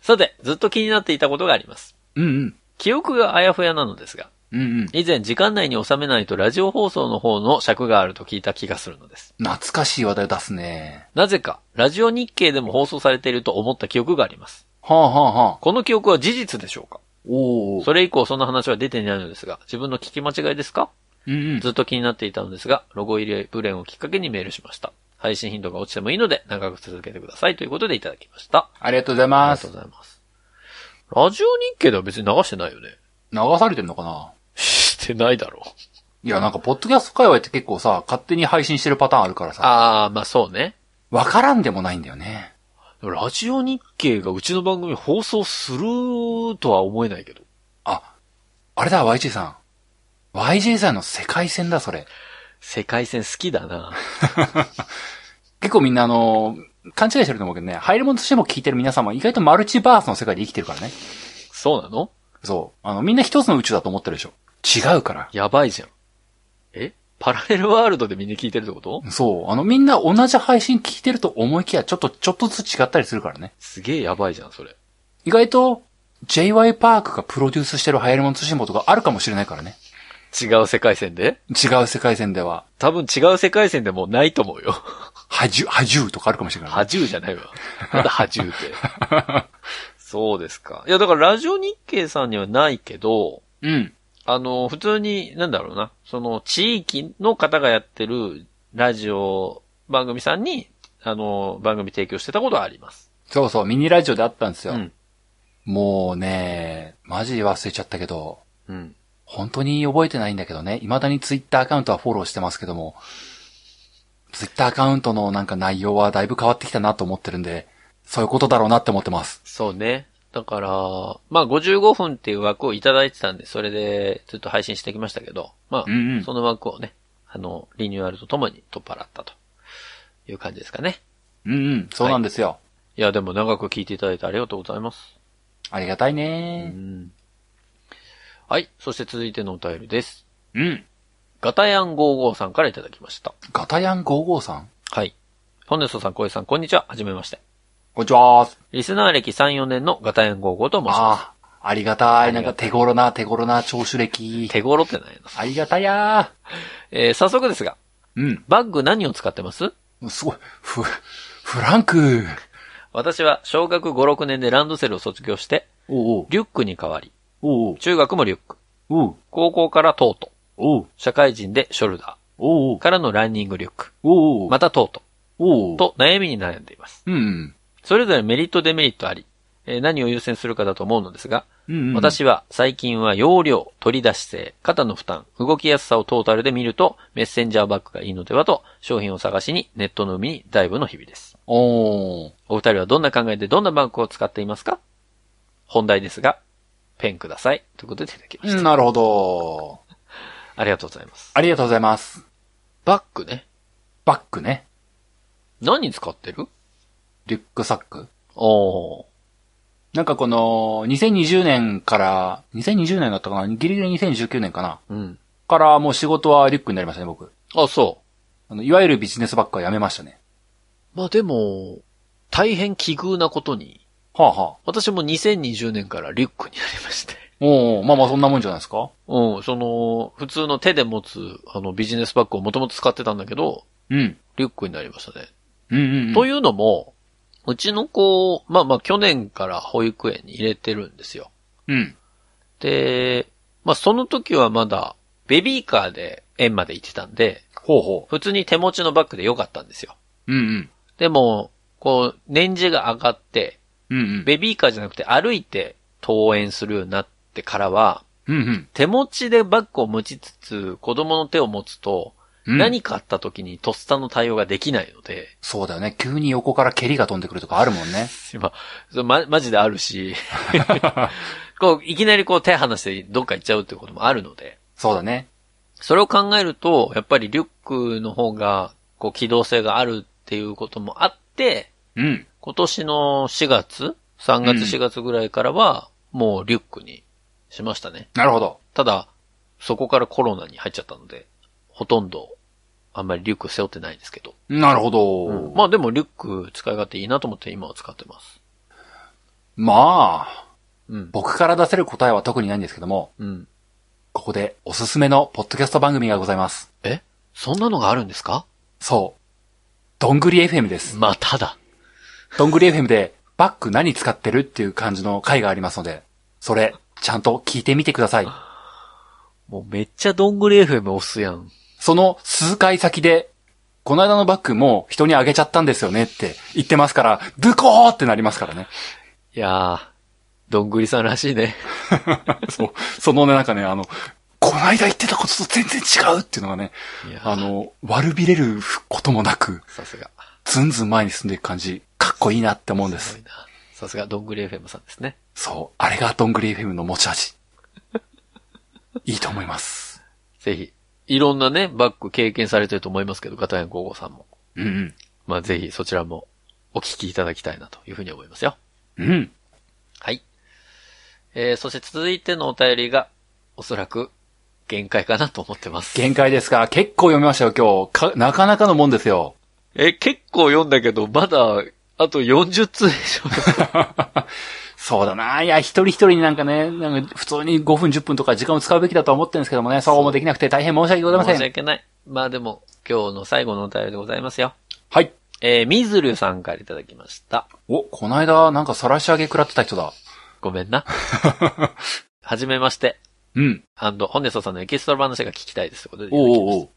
Speaker 1: さて、ずっと気になっていたことがあります。
Speaker 2: うんうん。
Speaker 1: 記憶があやふやなのですが、
Speaker 2: うんうん。
Speaker 1: 以前時間内に収めないとラジオ放送の方の尺があると聞いた気がするのです。
Speaker 2: 懐かしい話題出すね。
Speaker 1: なぜか、ラジオ日経でも放送されていると思った記憶があります。
Speaker 2: はあはあはあ。
Speaker 1: この記憶は事実でしょうか
Speaker 2: おお。
Speaker 1: それ以降そんな話は出ていないのですが、自分の聞き間違いですか
Speaker 2: うんうん。
Speaker 1: ずっと気になっていたのですが、ロゴ入りブレンをきっかけにメールしました。配信頻度が落ちてもいいので、長く続けてくださいということでいただきました。
Speaker 2: ありがとうござい
Speaker 1: あり
Speaker 2: ま
Speaker 1: がと
Speaker 2: す
Speaker 1: う。ございます。ラジオ日経では別に流してないよね。 [laughs]
Speaker 2: 流されてんのかな
Speaker 1: してないだろう。
Speaker 2: いや、なんか、ポッドキャスト界隈って結構さ、勝手に配信してるパターンあるからさ、
Speaker 1: あー、まあそうね。
Speaker 2: わからんでもないんだよね。
Speaker 1: でもラジオ日経がうちの番組放送するとは思えないけど。
Speaker 2: あ、あれだ、YJ さん。YJ さんの世界戦だ、それ。
Speaker 1: 世界戦好きだな。
Speaker 2: 結構みんなあの、勘違いしてると思うけどね、入り物としても聞いてる皆様、意外とマルチバースの世界で生きてるからね。
Speaker 1: そうなの
Speaker 2: そう。あの、みんな一つの宇宙だと思ってるでしょ。違うから。
Speaker 1: やばいじゃん。えパラレルワールドでみんな聞いてるってこと
Speaker 2: そう。あの、みんな同じ配信聞いてると思いきや、ちょっと、ちょっとずつ違ったりするからね。
Speaker 1: すげえやばいじゃん、それ。
Speaker 2: 意外と、JY パークがプロデュースしてる流行り物通信簿とかあるかもしれないからね。
Speaker 1: 違う世界線で
Speaker 2: 違う世界線では、
Speaker 1: 多分違う世界線でもうないと思うよ。
Speaker 2: ハジュ、ハジューとかあるかもしれないからね。
Speaker 1: 波獣じゃないわ。まだ波獣って。そうですか。いや、だからラジオ日経さんにはないけど、
Speaker 2: うん。
Speaker 1: あの、普通に、なんだろうな、その、地域の方がやってるラジオ番組さんに、あの、番組提供してたことはあります。
Speaker 2: そうそう、ミニラジオであったんです
Speaker 1: う
Speaker 2: よ。
Speaker 1: ん。
Speaker 2: もうね、マジ忘れちゃったけど、
Speaker 1: うん。
Speaker 2: 本当に覚えてないんだけどね。未だにツイッターアカウントはフォローしてますけども、ツイッターアカウントのなんか内容はだいぶ変わってきたなと思ってるんで、そういうことだろうなって思ってます。
Speaker 1: そうね。だから、まあ55分っていう枠をいただいてたんで、それでずっと配信してきましたけど、まあ、
Speaker 2: ん
Speaker 1: その枠をね、あの、リニューアルとともに取っ払ったという感じですかね。
Speaker 2: うんうん、そうなんですよ。
Speaker 1: いや、でも長く聞いていただいてありがとうございます。
Speaker 2: ありがたいうね
Speaker 1: ん。はい。そして続いてのお便りです。
Speaker 2: うん。
Speaker 1: ガタヤン55さんからいただきました。
Speaker 2: ガタヤン55さん。
Speaker 1: はい。ホネストさん、小江さん、こんにちは。はじめまして。
Speaker 2: こんにちは。
Speaker 1: リスナー歴3、4年のガタヤン55と申します。
Speaker 2: ああ、ありがた
Speaker 1: あ
Speaker 2: い。
Speaker 1: り
Speaker 2: なん
Speaker 1: が
Speaker 2: か
Speaker 1: たい
Speaker 2: 手頃な、手頃な聴取歴。
Speaker 1: 手頃ってないの。
Speaker 2: ありがたや
Speaker 1: えー、早速ですが、
Speaker 2: ー。
Speaker 1: バッグ何を使ってます
Speaker 2: うん。すごい。フ、フランク。
Speaker 1: 私は小学5、6年でランドセルを卒業して、
Speaker 2: おう
Speaker 1: リュックに変わり、
Speaker 2: おう
Speaker 1: 中学もリュック、
Speaker 2: おう
Speaker 1: 高校からトート、
Speaker 2: おう
Speaker 1: 社会人でショルダ
Speaker 2: おうおう
Speaker 1: ーからのランニングリュック、
Speaker 2: おう
Speaker 1: またトート、
Speaker 2: おう
Speaker 1: と悩みに悩んでいます。
Speaker 2: うん。
Speaker 1: それぞれメリットデメリットあり、えー何を優先するかだと思うのですが、
Speaker 2: うんうん。
Speaker 1: 私は最近は容量、取り出し性、肩の負担、動きやすさをトータルで見ると、メッセンジャーバッグがいいのではと、商品を探しにネットの海にダイブの日々です。
Speaker 2: おー。
Speaker 1: お二人はどんな考えでどんなバッグを使っていますか本題ですが、ペンください。ということでいただきました。
Speaker 2: うんなるほど。
Speaker 1: ありがとうございます。
Speaker 2: ありがとうございます。
Speaker 1: バッグね。
Speaker 2: バッグね。
Speaker 1: 何使ってる
Speaker 2: リュックサック。
Speaker 1: おー。
Speaker 2: なんかこの、2020年から、2020年だったかなギリギリ2019年かな
Speaker 1: うん。
Speaker 2: からもう仕事はリュックになりましたね、僕。
Speaker 1: あ、そ
Speaker 2: あの、いわゆるビジネスバッグはやめましたね。
Speaker 1: う。まあでも、大変奇遇なことに、
Speaker 2: はあはあ。
Speaker 1: 私も2020年からリュックになりまして。
Speaker 2: おおまあまあそんなもんじゃないですか
Speaker 1: うん、その、普通の手で持つ、あの、ビジネスバッグをもともと使ってたんだけど、
Speaker 2: うん。
Speaker 1: リュックになりましたね。
Speaker 2: うんうん、うん。
Speaker 1: というのも、うちの子、まあまあ、去年から保育園に入れてるんですよ。
Speaker 2: うん。
Speaker 1: で、まあ、その時はまだ、ベビーカーで園まで行ってたんで、
Speaker 2: ほうほ
Speaker 1: 普通に手持ちのバッグでよかったんですよ。
Speaker 2: う。うん
Speaker 1: でも、こう、年次が上がって、
Speaker 2: うん。うんうん。
Speaker 1: ベビーカーじゃなくて歩いて登園するようになってからは、
Speaker 2: うん
Speaker 1: 手持ちでバッグを持ちつつ、子供の手を持つと、
Speaker 2: うん。
Speaker 1: 何かあった時にとっさの対応ができないので、
Speaker 2: [laughs] そうだよね。急に横から蹴りが飛んでくるとかあるもんね。
Speaker 1: 今、そうま、マジである
Speaker 2: [laughs]
Speaker 1: し、こう、いきなりこう手離してどっか行っちゃうってこともあるので、
Speaker 2: そうだね。
Speaker 1: それを考えると、やっぱりリュックの方が、こう、機動性があるっていうこともあって、
Speaker 2: うん。
Speaker 1: 今年の4月 ?3 月4
Speaker 2: うん
Speaker 1: 月ぐらいからは、もうリュックにしましたね。
Speaker 2: なるほど。
Speaker 1: ただ、そこからコロナに入っちゃったので、ほとんど、あんまりリュック背負ってないんですけど。
Speaker 2: なるほど。
Speaker 1: うんまあでもリュック使い勝手いいなと思って今は使ってます。
Speaker 2: まあ、
Speaker 1: うん。
Speaker 2: 僕から出せる答えは特にないんですけども、
Speaker 1: うん。
Speaker 2: ここでおすすめのポッドキャスト番組がございます。
Speaker 1: えそんなのがあるんですか
Speaker 2: そう。どんぐり FM です。
Speaker 1: まあ、ただ。
Speaker 2: どんぐり FM でバッグ何使ってるっていう感じの回がありますので、それ、ちゃんと聞いてみてください。
Speaker 1: もうめっちゃどんぐり FM 押すやん。
Speaker 2: その数回先で、この間のバッグも人にあげちゃったんですよねって言ってますから、ブコーってなりますからね。
Speaker 1: いやー、どんぐりさんらしいね。
Speaker 2: そう。そのね、なんかね、あの、この間言ってたことと全然違うっていうのがね、
Speaker 1: いやー
Speaker 2: あ、の、悪びれることもなく、
Speaker 1: さすが。
Speaker 2: ずんずん前に進んでいく感じ、かっこいいなって思うんです
Speaker 1: ご
Speaker 2: す。
Speaker 1: いな。さすがどんぐり FM さんですね。
Speaker 2: そう。あれがどんぐり FM の持ち味。いいと思います。
Speaker 1: ぜひ、いろんなね、バック経験されてると思いますけど、片山高校さんも。
Speaker 2: うん
Speaker 1: まあ、ぜひそちらもお聞きいただきたいなというふうに思いますよ。
Speaker 2: うん。うん。
Speaker 1: はい。えー、そして続いてのお便りが、おそらく、限界かなと思ってます。
Speaker 2: 限界ですが、結構読みましたよ、今日。か、なかなかのもんですよ。 [laughs]
Speaker 1: え、結構読んだけど、まだ、あと40通以上。
Speaker 2: そうだな。いや、一人一人になんかね、なんか普通に5分10分とか時間を使うべきだとは思ってるんですけどもね、そうもできなくて大変申し訳ございませ
Speaker 1: 申し
Speaker 2: ん。
Speaker 1: 訳ない。まあでも、今日の最後のお便りでございますよ。
Speaker 2: はい。
Speaker 1: えー、みずるさんからいただきました。
Speaker 2: お、この間、なんか晒し上げ食らってた人だ。
Speaker 1: ごめん [laughs] な。はじめまして。
Speaker 2: うん。
Speaker 1: アンド、ホネソさんのエキストラ話が聞きたいです。ということでいただきました。
Speaker 2: おうおうおう。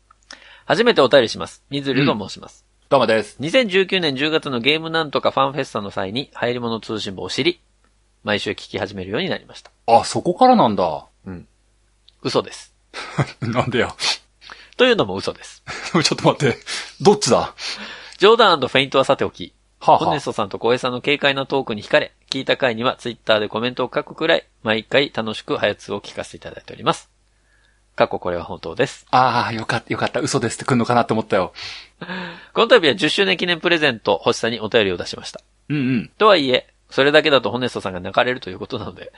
Speaker 1: 初めてお便りします。みずると申します。
Speaker 2: どうもです。
Speaker 1: 2019年10月のゲームなんとかファンフェスタの際に、入り物通信簿を知り、毎週聞き始めるようになりました。
Speaker 2: [laughs] あ、そこからなんだ。
Speaker 1: 嘘です。
Speaker 2: なんでよ。
Speaker 1: というのも嘘です。
Speaker 2: ちょっと待って。どっちだは
Speaker 1: 冗談フェイントはさておき、
Speaker 2: あ、
Speaker 1: ホ
Speaker 2: は
Speaker 1: ネ
Speaker 2: あ
Speaker 1: ス、トさんと小江さんの軽快なトークに惹かれ、聞いた回にはツイッターでコメントを書くくらい、毎回楽しくハヤツを聞かせていただいております。過去これは本当です。
Speaker 2: ああ、よかった、よかった。嘘ですって来んのかなって思ったよ。
Speaker 1: この度は10周年記念プレゼント、星さんにお便りを出しました。
Speaker 2: うんうん。
Speaker 1: とはいえ、それだけだとホネストさんが泣かれるということなので、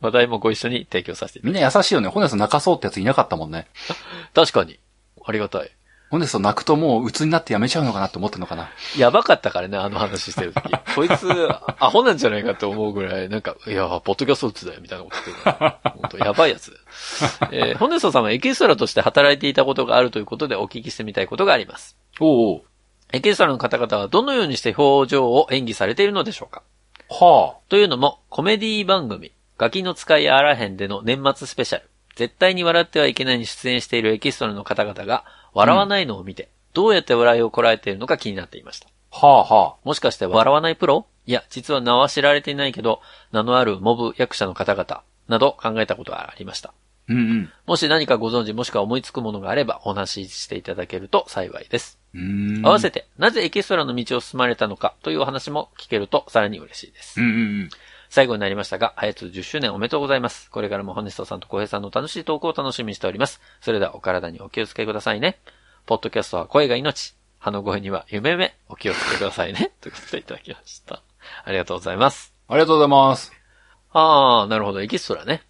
Speaker 1: 話題もご一緒に提供させていただき
Speaker 2: みんな優しいよね。ホネスト泣かそうってやついなかったもんね。
Speaker 1: ます。確かに。ありがたい。
Speaker 2: ホネスト泣くともう鬱になってやめちゃうのかなって思ってんのかな。
Speaker 1: やばかったからね、あの話してる時。こいつ、アホなんじゃないかって思うぐらい、なんか、いやー、ポッドキャスト打つだよ、みたいなこと言ってるから。本当やばいやつ。えー、ホネソさんはエキストラとして働いていたことがあるということでお聞きしてみたいことがあります。
Speaker 2: おう
Speaker 1: エキストラの方々はどのようにして表情を演技されているのでしょうか
Speaker 2: おうは
Speaker 1: というのも、コメディ番組、ガキの使いあらへんでの年末スペシャル、絶対に笑ってはいけないに出演しているエキストラの方々が、笑わないのを見て、どうやって笑いをこらえているのか気になっていました。
Speaker 2: あ。はあは
Speaker 1: もしかして笑わないプロいや、実は名は知られていないけど、名のあるモブ役者の方々など考えたことがありました。
Speaker 2: あ。うんうん。
Speaker 1: もし何かご存知もしくは思いつくものがあればお話ししていただけると幸いです。
Speaker 2: うーん
Speaker 1: 合わせて、なぜエキストラの道を進まれたのかというお話も聞けるとさらに嬉しいです。
Speaker 2: うんうん
Speaker 1: 最後になりましたが、ハヤツ10周年おめでとうございます。これからもホネストさんと小平さんの楽しいトークを楽しみにしております。それではお体にお気をつけくださいね。ポッドキャストは声が命。歯の声には夢目。お気をつけくださいね。 [laughs] ということでいただきました。ありがとうございます。
Speaker 2: ありがとうございます。
Speaker 1: あー、なるほど。エキストラね。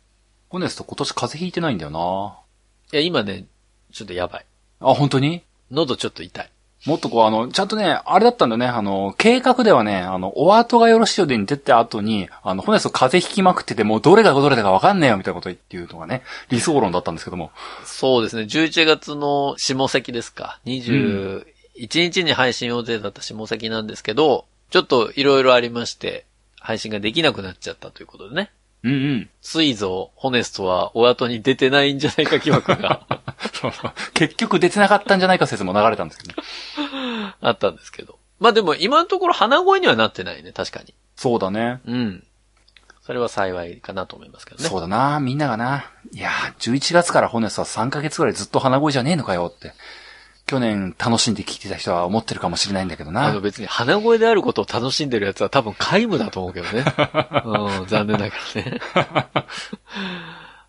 Speaker 2: ホネスト今年風邪ひいてないんだよない
Speaker 1: や、今ね、ちょっとやばい。
Speaker 2: あ、本当に
Speaker 1: 喉ちょっと痛い。
Speaker 2: もっとこう、あの、ちゃんとね、あれだったんだよね。あの、計画ではね、あの、お後がよろしいようでに出た後に、あの、ホネスト風邪ひきまくってて、もうどれがどれだかわかんねえよ、みたいなこと言っていうのがね、理想論だったんですけども。
Speaker 1: そうですね。11月の下関ですか。21日に配信予定だった下関なんですけど、ちょっといろいろありまして、配信ができなくなっちゃったということでね。
Speaker 2: うんうん。 [laughs]
Speaker 1: ついぞ、ホネストは、お後に出てないんじゃないか疑惑
Speaker 2: [laughs]
Speaker 1: が
Speaker 2: そうそう結局出てなかったんじゃないか説も流れたんですけど、ね、
Speaker 1: あったんですけど。まあでも、今のところ鼻声にはなってないね、確かに。
Speaker 2: そうだね。
Speaker 1: うん。それは幸いかなと思いますけどね。
Speaker 2: そうだな、みんながな。いやー、11月からホネストは3ヶ月ぐらいずっと鼻声じゃねえのかよって。去年楽しんで聞いてた人は思ってるかもしれないんだけど
Speaker 1: あの
Speaker 2: な。
Speaker 1: 別に鼻声であることを楽しんでるやつは多分皆無だと思うけどね。うん、残念ながら
Speaker 2: [laughs]
Speaker 1: ね。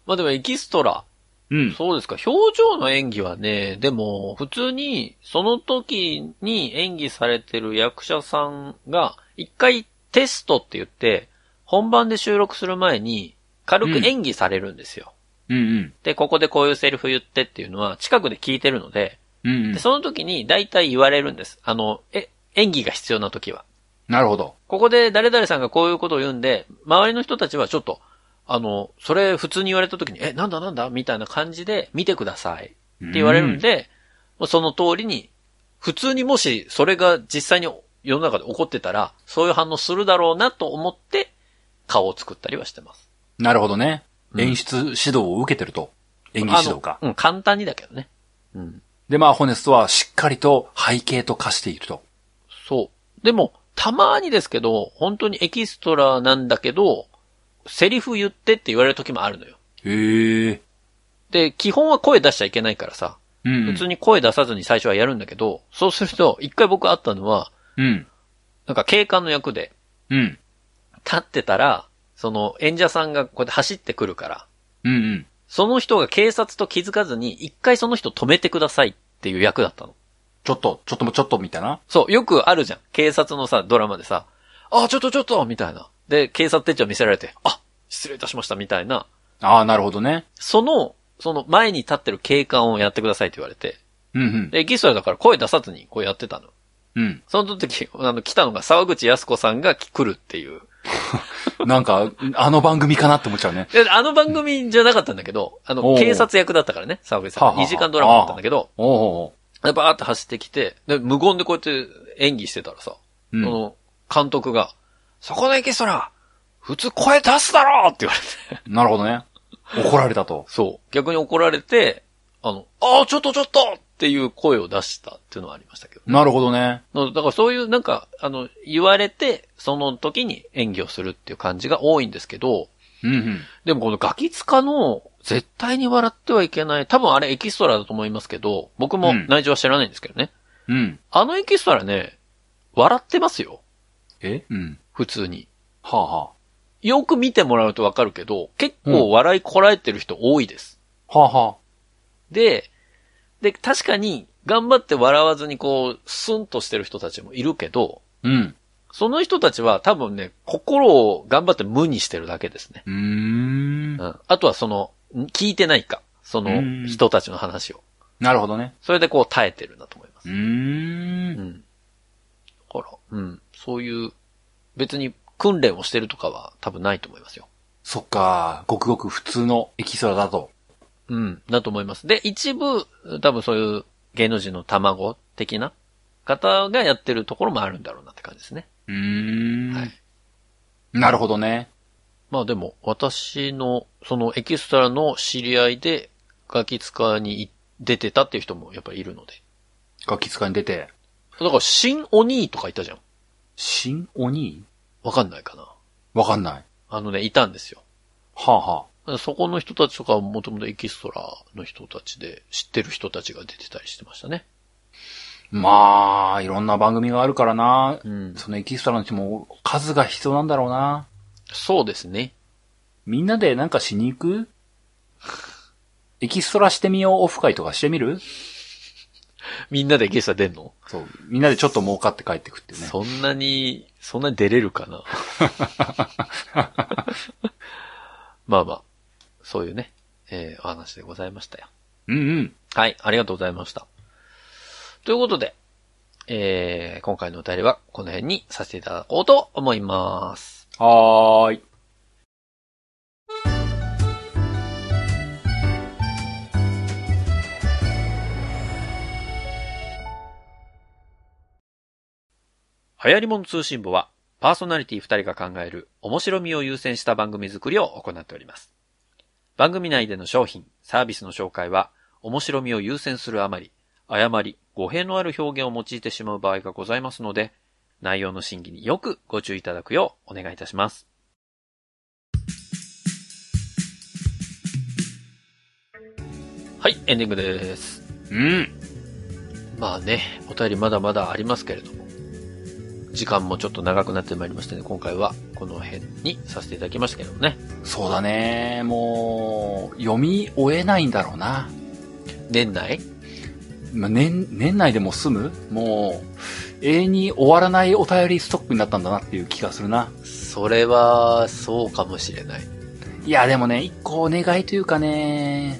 Speaker 1: まあでもエキストラ。
Speaker 2: うん。
Speaker 1: そうですか。表情の演技はね、でも普通にその時に演技されてる役者さんが一回テストって言って、本番で収録する前に軽く演技されるんですよ。
Speaker 2: うんうん。
Speaker 1: で、ここでこういうセリフ言ってっていうのは近くで聞いてるので、
Speaker 2: うんうん
Speaker 1: で。その時に大体言われるんです。あの、え、演技が必要な時は。
Speaker 2: なるほど。
Speaker 1: ここで誰々さんがこういうことを言うんで、周りの人たちはちょっと、あの、それ普通に言われた時に、え、なんだなんだみたいな感じで見てくださいって言われるんで、もうその通りに、普通にもしそれが実際に世の中で起こってたら、そういう反応するだろうなと思って、顔を作ったりはしてます。
Speaker 2: なるほどね。
Speaker 1: うん
Speaker 2: 演出指導を受けてると。演技指導か
Speaker 1: あ。のうん、簡単にだけどね。うん。
Speaker 2: で、まあ、ホネストはしっかりと背景と化していると。
Speaker 1: そう。でも、たまにですけど、本当にエキストラなんだけど、セリフ言ってって言われる時もあるのよ。
Speaker 2: へえ。
Speaker 1: で、基本は声出しちゃいけないからさ、
Speaker 2: うん。
Speaker 1: 普通に声出さずに最初はやるんだけど、そうすると、一回僕あったのは、
Speaker 2: うん。
Speaker 1: なんか警官の役で、
Speaker 2: うん。
Speaker 1: 立ってたら、その演者さんがこうやって走ってくるから、
Speaker 2: うんうん。
Speaker 1: その人が警察と気づかずに、一回その人止めてくださいっていう役だったの。
Speaker 2: ちょっと、ちょっともちょっとみたいな。
Speaker 1: そう、よくあるじゃん。警察のさ、ドラマでさ、あ、ちょっとちょっとみたいな。で、警察手帳見せられて、あ、失礼いたしましたみたいな。
Speaker 2: ああ、なるほどね。
Speaker 1: その、その前に立ってる警官をやってくださいって言われて、
Speaker 2: うんうん。
Speaker 1: で、エキストラだから声出さずにこうやってたの。
Speaker 2: うん。
Speaker 1: その時、あの、来たのが沢口靖子さんが来るっていう。
Speaker 2: なんか、あの番組かなって思っちゃうね。
Speaker 1: であの番組じゃなかったんだけど、あの、
Speaker 2: おう
Speaker 1: 警察役だったからね、沢口さ
Speaker 2: は
Speaker 1: ん。
Speaker 2: あはあ
Speaker 1: 2時間ドラマだったんだけど、
Speaker 2: おうおう
Speaker 1: でバーって走ってきて、で、無言でこうやって演技してたらさ、
Speaker 2: おううん。
Speaker 1: その、監督が、そこのエキストラ、普通声出すだろうって言われて。
Speaker 2: なるほどね。怒られたと。
Speaker 1: そう。逆に怒られて、あの、ああ、ちょっとちょっとっていう声を出したっていうのはありましたけど。
Speaker 2: なるほどね。
Speaker 1: のだからそういうなんか、あの、言われて、その時に演技をするっていう感じが多いんですけど、
Speaker 2: うんうん。
Speaker 1: でもこのガキツカの絶対に笑ってはいけない。多分あれエキストラだと思いますけど、僕も
Speaker 2: うん
Speaker 1: 内情は知らないんですけどね。
Speaker 2: うん。
Speaker 1: あのエキストラね、笑ってますよ。
Speaker 2: えうん。
Speaker 1: 普通に。
Speaker 2: はあ、は
Speaker 1: よく見てもらうとわかるけど、結構笑いこらえてる人多いです。
Speaker 2: あ、はあ、はあ。
Speaker 1: で、で、確かに頑張って笑わずにこう、スンとしてる人たちもいるけど、
Speaker 2: うん。
Speaker 1: その人たちは多分ね、心を頑張って無にしてるだけですね。
Speaker 2: うーん
Speaker 1: う。ん。あとはその、ん聞いてないか。そ
Speaker 2: うん
Speaker 1: の人たちの話を。
Speaker 2: なるほどね。
Speaker 1: それでこう耐えてるんだと思います
Speaker 2: う。ー。
Speaker 1: うんん。だから、うん。そういう、別に訓練をしてるとかは多分ないと思いますよ。
Speaker 2: そっか、ごくごく普通のエキストラだと。
Speaker 1: うん。だと思います。で、一部、多分そういう芸能人の卵的な方がやってるところもあるんだろうなって感じですね。
Speaker 2: うーん。
Speaker 1: はい
Speaker 2: なるほどね。
Speaker 1: まあでも、私の、そのエキストラの知り合いで、ガキ使に出てたっていう人もやっぱりいるので。
Speaker 2: ガキ使いに出て、
Speaker 1: だから、新お兄とかいたじゃん。
Speaker 2: 新鬼
Speaker 1: わかんないかな。
Speaker 2: わかんない。
Speaker 1: あのね、いたんですよ。
Speaker 2: はあ、はあ。
Speaker 1: そこの人たちとかはもともとエキストラの人たちで、知ってる人たちが出てたりしてましたね。
Speaker 2: まあ、いろんな番組があるからな。
Speaker 1: うん。
Speaker 2: そのエキストラの人も数が必要なんだろうな。
Speaker 1: そうですね。
Speaker 2: みんなでなんかしに行くエキストラしてみようオフ会とかしてみる
Speaker 1: みんなでゲスト出んの、
Speaker 2: そう。みんなでちょっと儲かって帰ってくっていうね。
Speaker 1: そんなに、そんなに出れるか [laughs] な。まあまあ、そういうね、えーお話でございましたよ。
Speaker 2: うんうん。
Speaker 1: はい、ありがとうございました。ということで、えー、今回のお便りはこの辺にさせていただこうと思います。
Speaker 2: はーい。
Speaker 1: 流行り物通信部は、パーソナリティ2人が考える面白みを優先した番組作りを行っております。番組内での商品、サービスの紹介は、面白みを優先するあまり、誤り、語弊のある表現を用いてしまう場合がございますので、内容の審議によくご注意いただくようお願いいたします。はい、エンディングです。
Speaker 2: うん。
Speaker 1: まあね、お便りまだまだありますけれども、時間もちょっと長くなってまいりましたね。今回はこの辺にさせていただきましたけどもね。
Speaker 2: そうだね。もう、読み終えないんだろうな。
Speaker 1: 年内
Speaker 2: まあ年、年内でも済むもう、永遠に終わらないお便りストックになったんだなっていう気がするな。
Speaker 1: それは、そうかもしれない。
Speaker 2: いや、でもね、一個お願いというかね、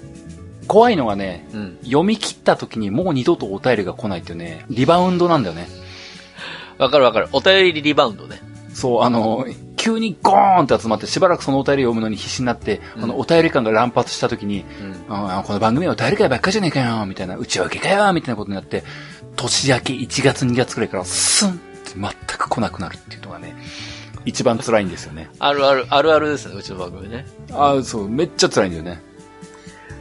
Speaker 2: 怖いのがね、
Speaker 1: うん。
Speaker 2: 読み切った時にもう二度とお便りが来ないっていうね、リバウンドなんだよね。
Speaker 1: わかるわかる。お便りリバウンドね。
Speaker 2: そう、あの、急にゴーンって集まって、しばらくそのお便りを読むのに必死になって、
Speaker 1: うん
Speaker 2: あの、お便り感が乱発した時に、
Speaker 1: うん。
Speaker 2: あーこの番組はお便り会ばっかじゃねえかよ、みたいな、内訳かよ、みたいなことになって、年明け1月2月くらいから、スンって全く来なくなるっていうのがね、一番辛いんですよね。
Speaker 1: あるある、あるあるですね。うちの番組ね。
Speaker 2: ああ、そう、めっちゃ辛いんだよね。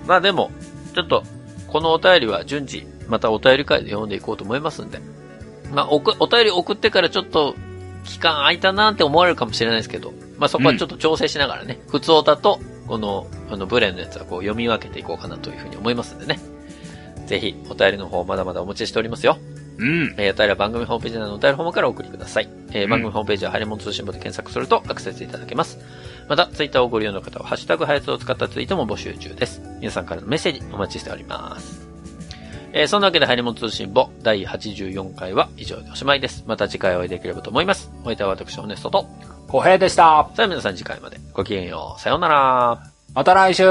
Speaker 1: まあでも、ちょっと、このお便りは順次、またお便り会で読んでいこうと思いますんで。まあ、おくお便り送ってからちょっと、期間空いたなって思われるかもしれないですけど、まあそこはちょっと調整しながらね、普通おたと、この、あの、ブレのやつはこう読み分けていこうかなというふうに思いますんでね。ぜひ、お便りの方まだまだお持ちしておりますよ。
Speaker 2: うん。
Speaker 1: えー、お便りは番組ホームページなどのお便りフォームからお送りください。えー
Speaker 2: うん
Speaker 1: 番組ホームページはハレモン通信簿で検索するとアクセスいただけます。また、ツイッターをご利用の方は、ハッシュタグハヤツを使ったツイートも募集中です。皆さんからのメッセージお待ちしております。えーそんなわけでハレモン通信簿第84回は以上でおしまいです。また次回お会いできればと思います。お相手は私、オネストと。
Speaker 2: 小平でした。
Speaker 1: さあ皆さん次回までごきげんよう。さようなら。
Speaker 2: また来週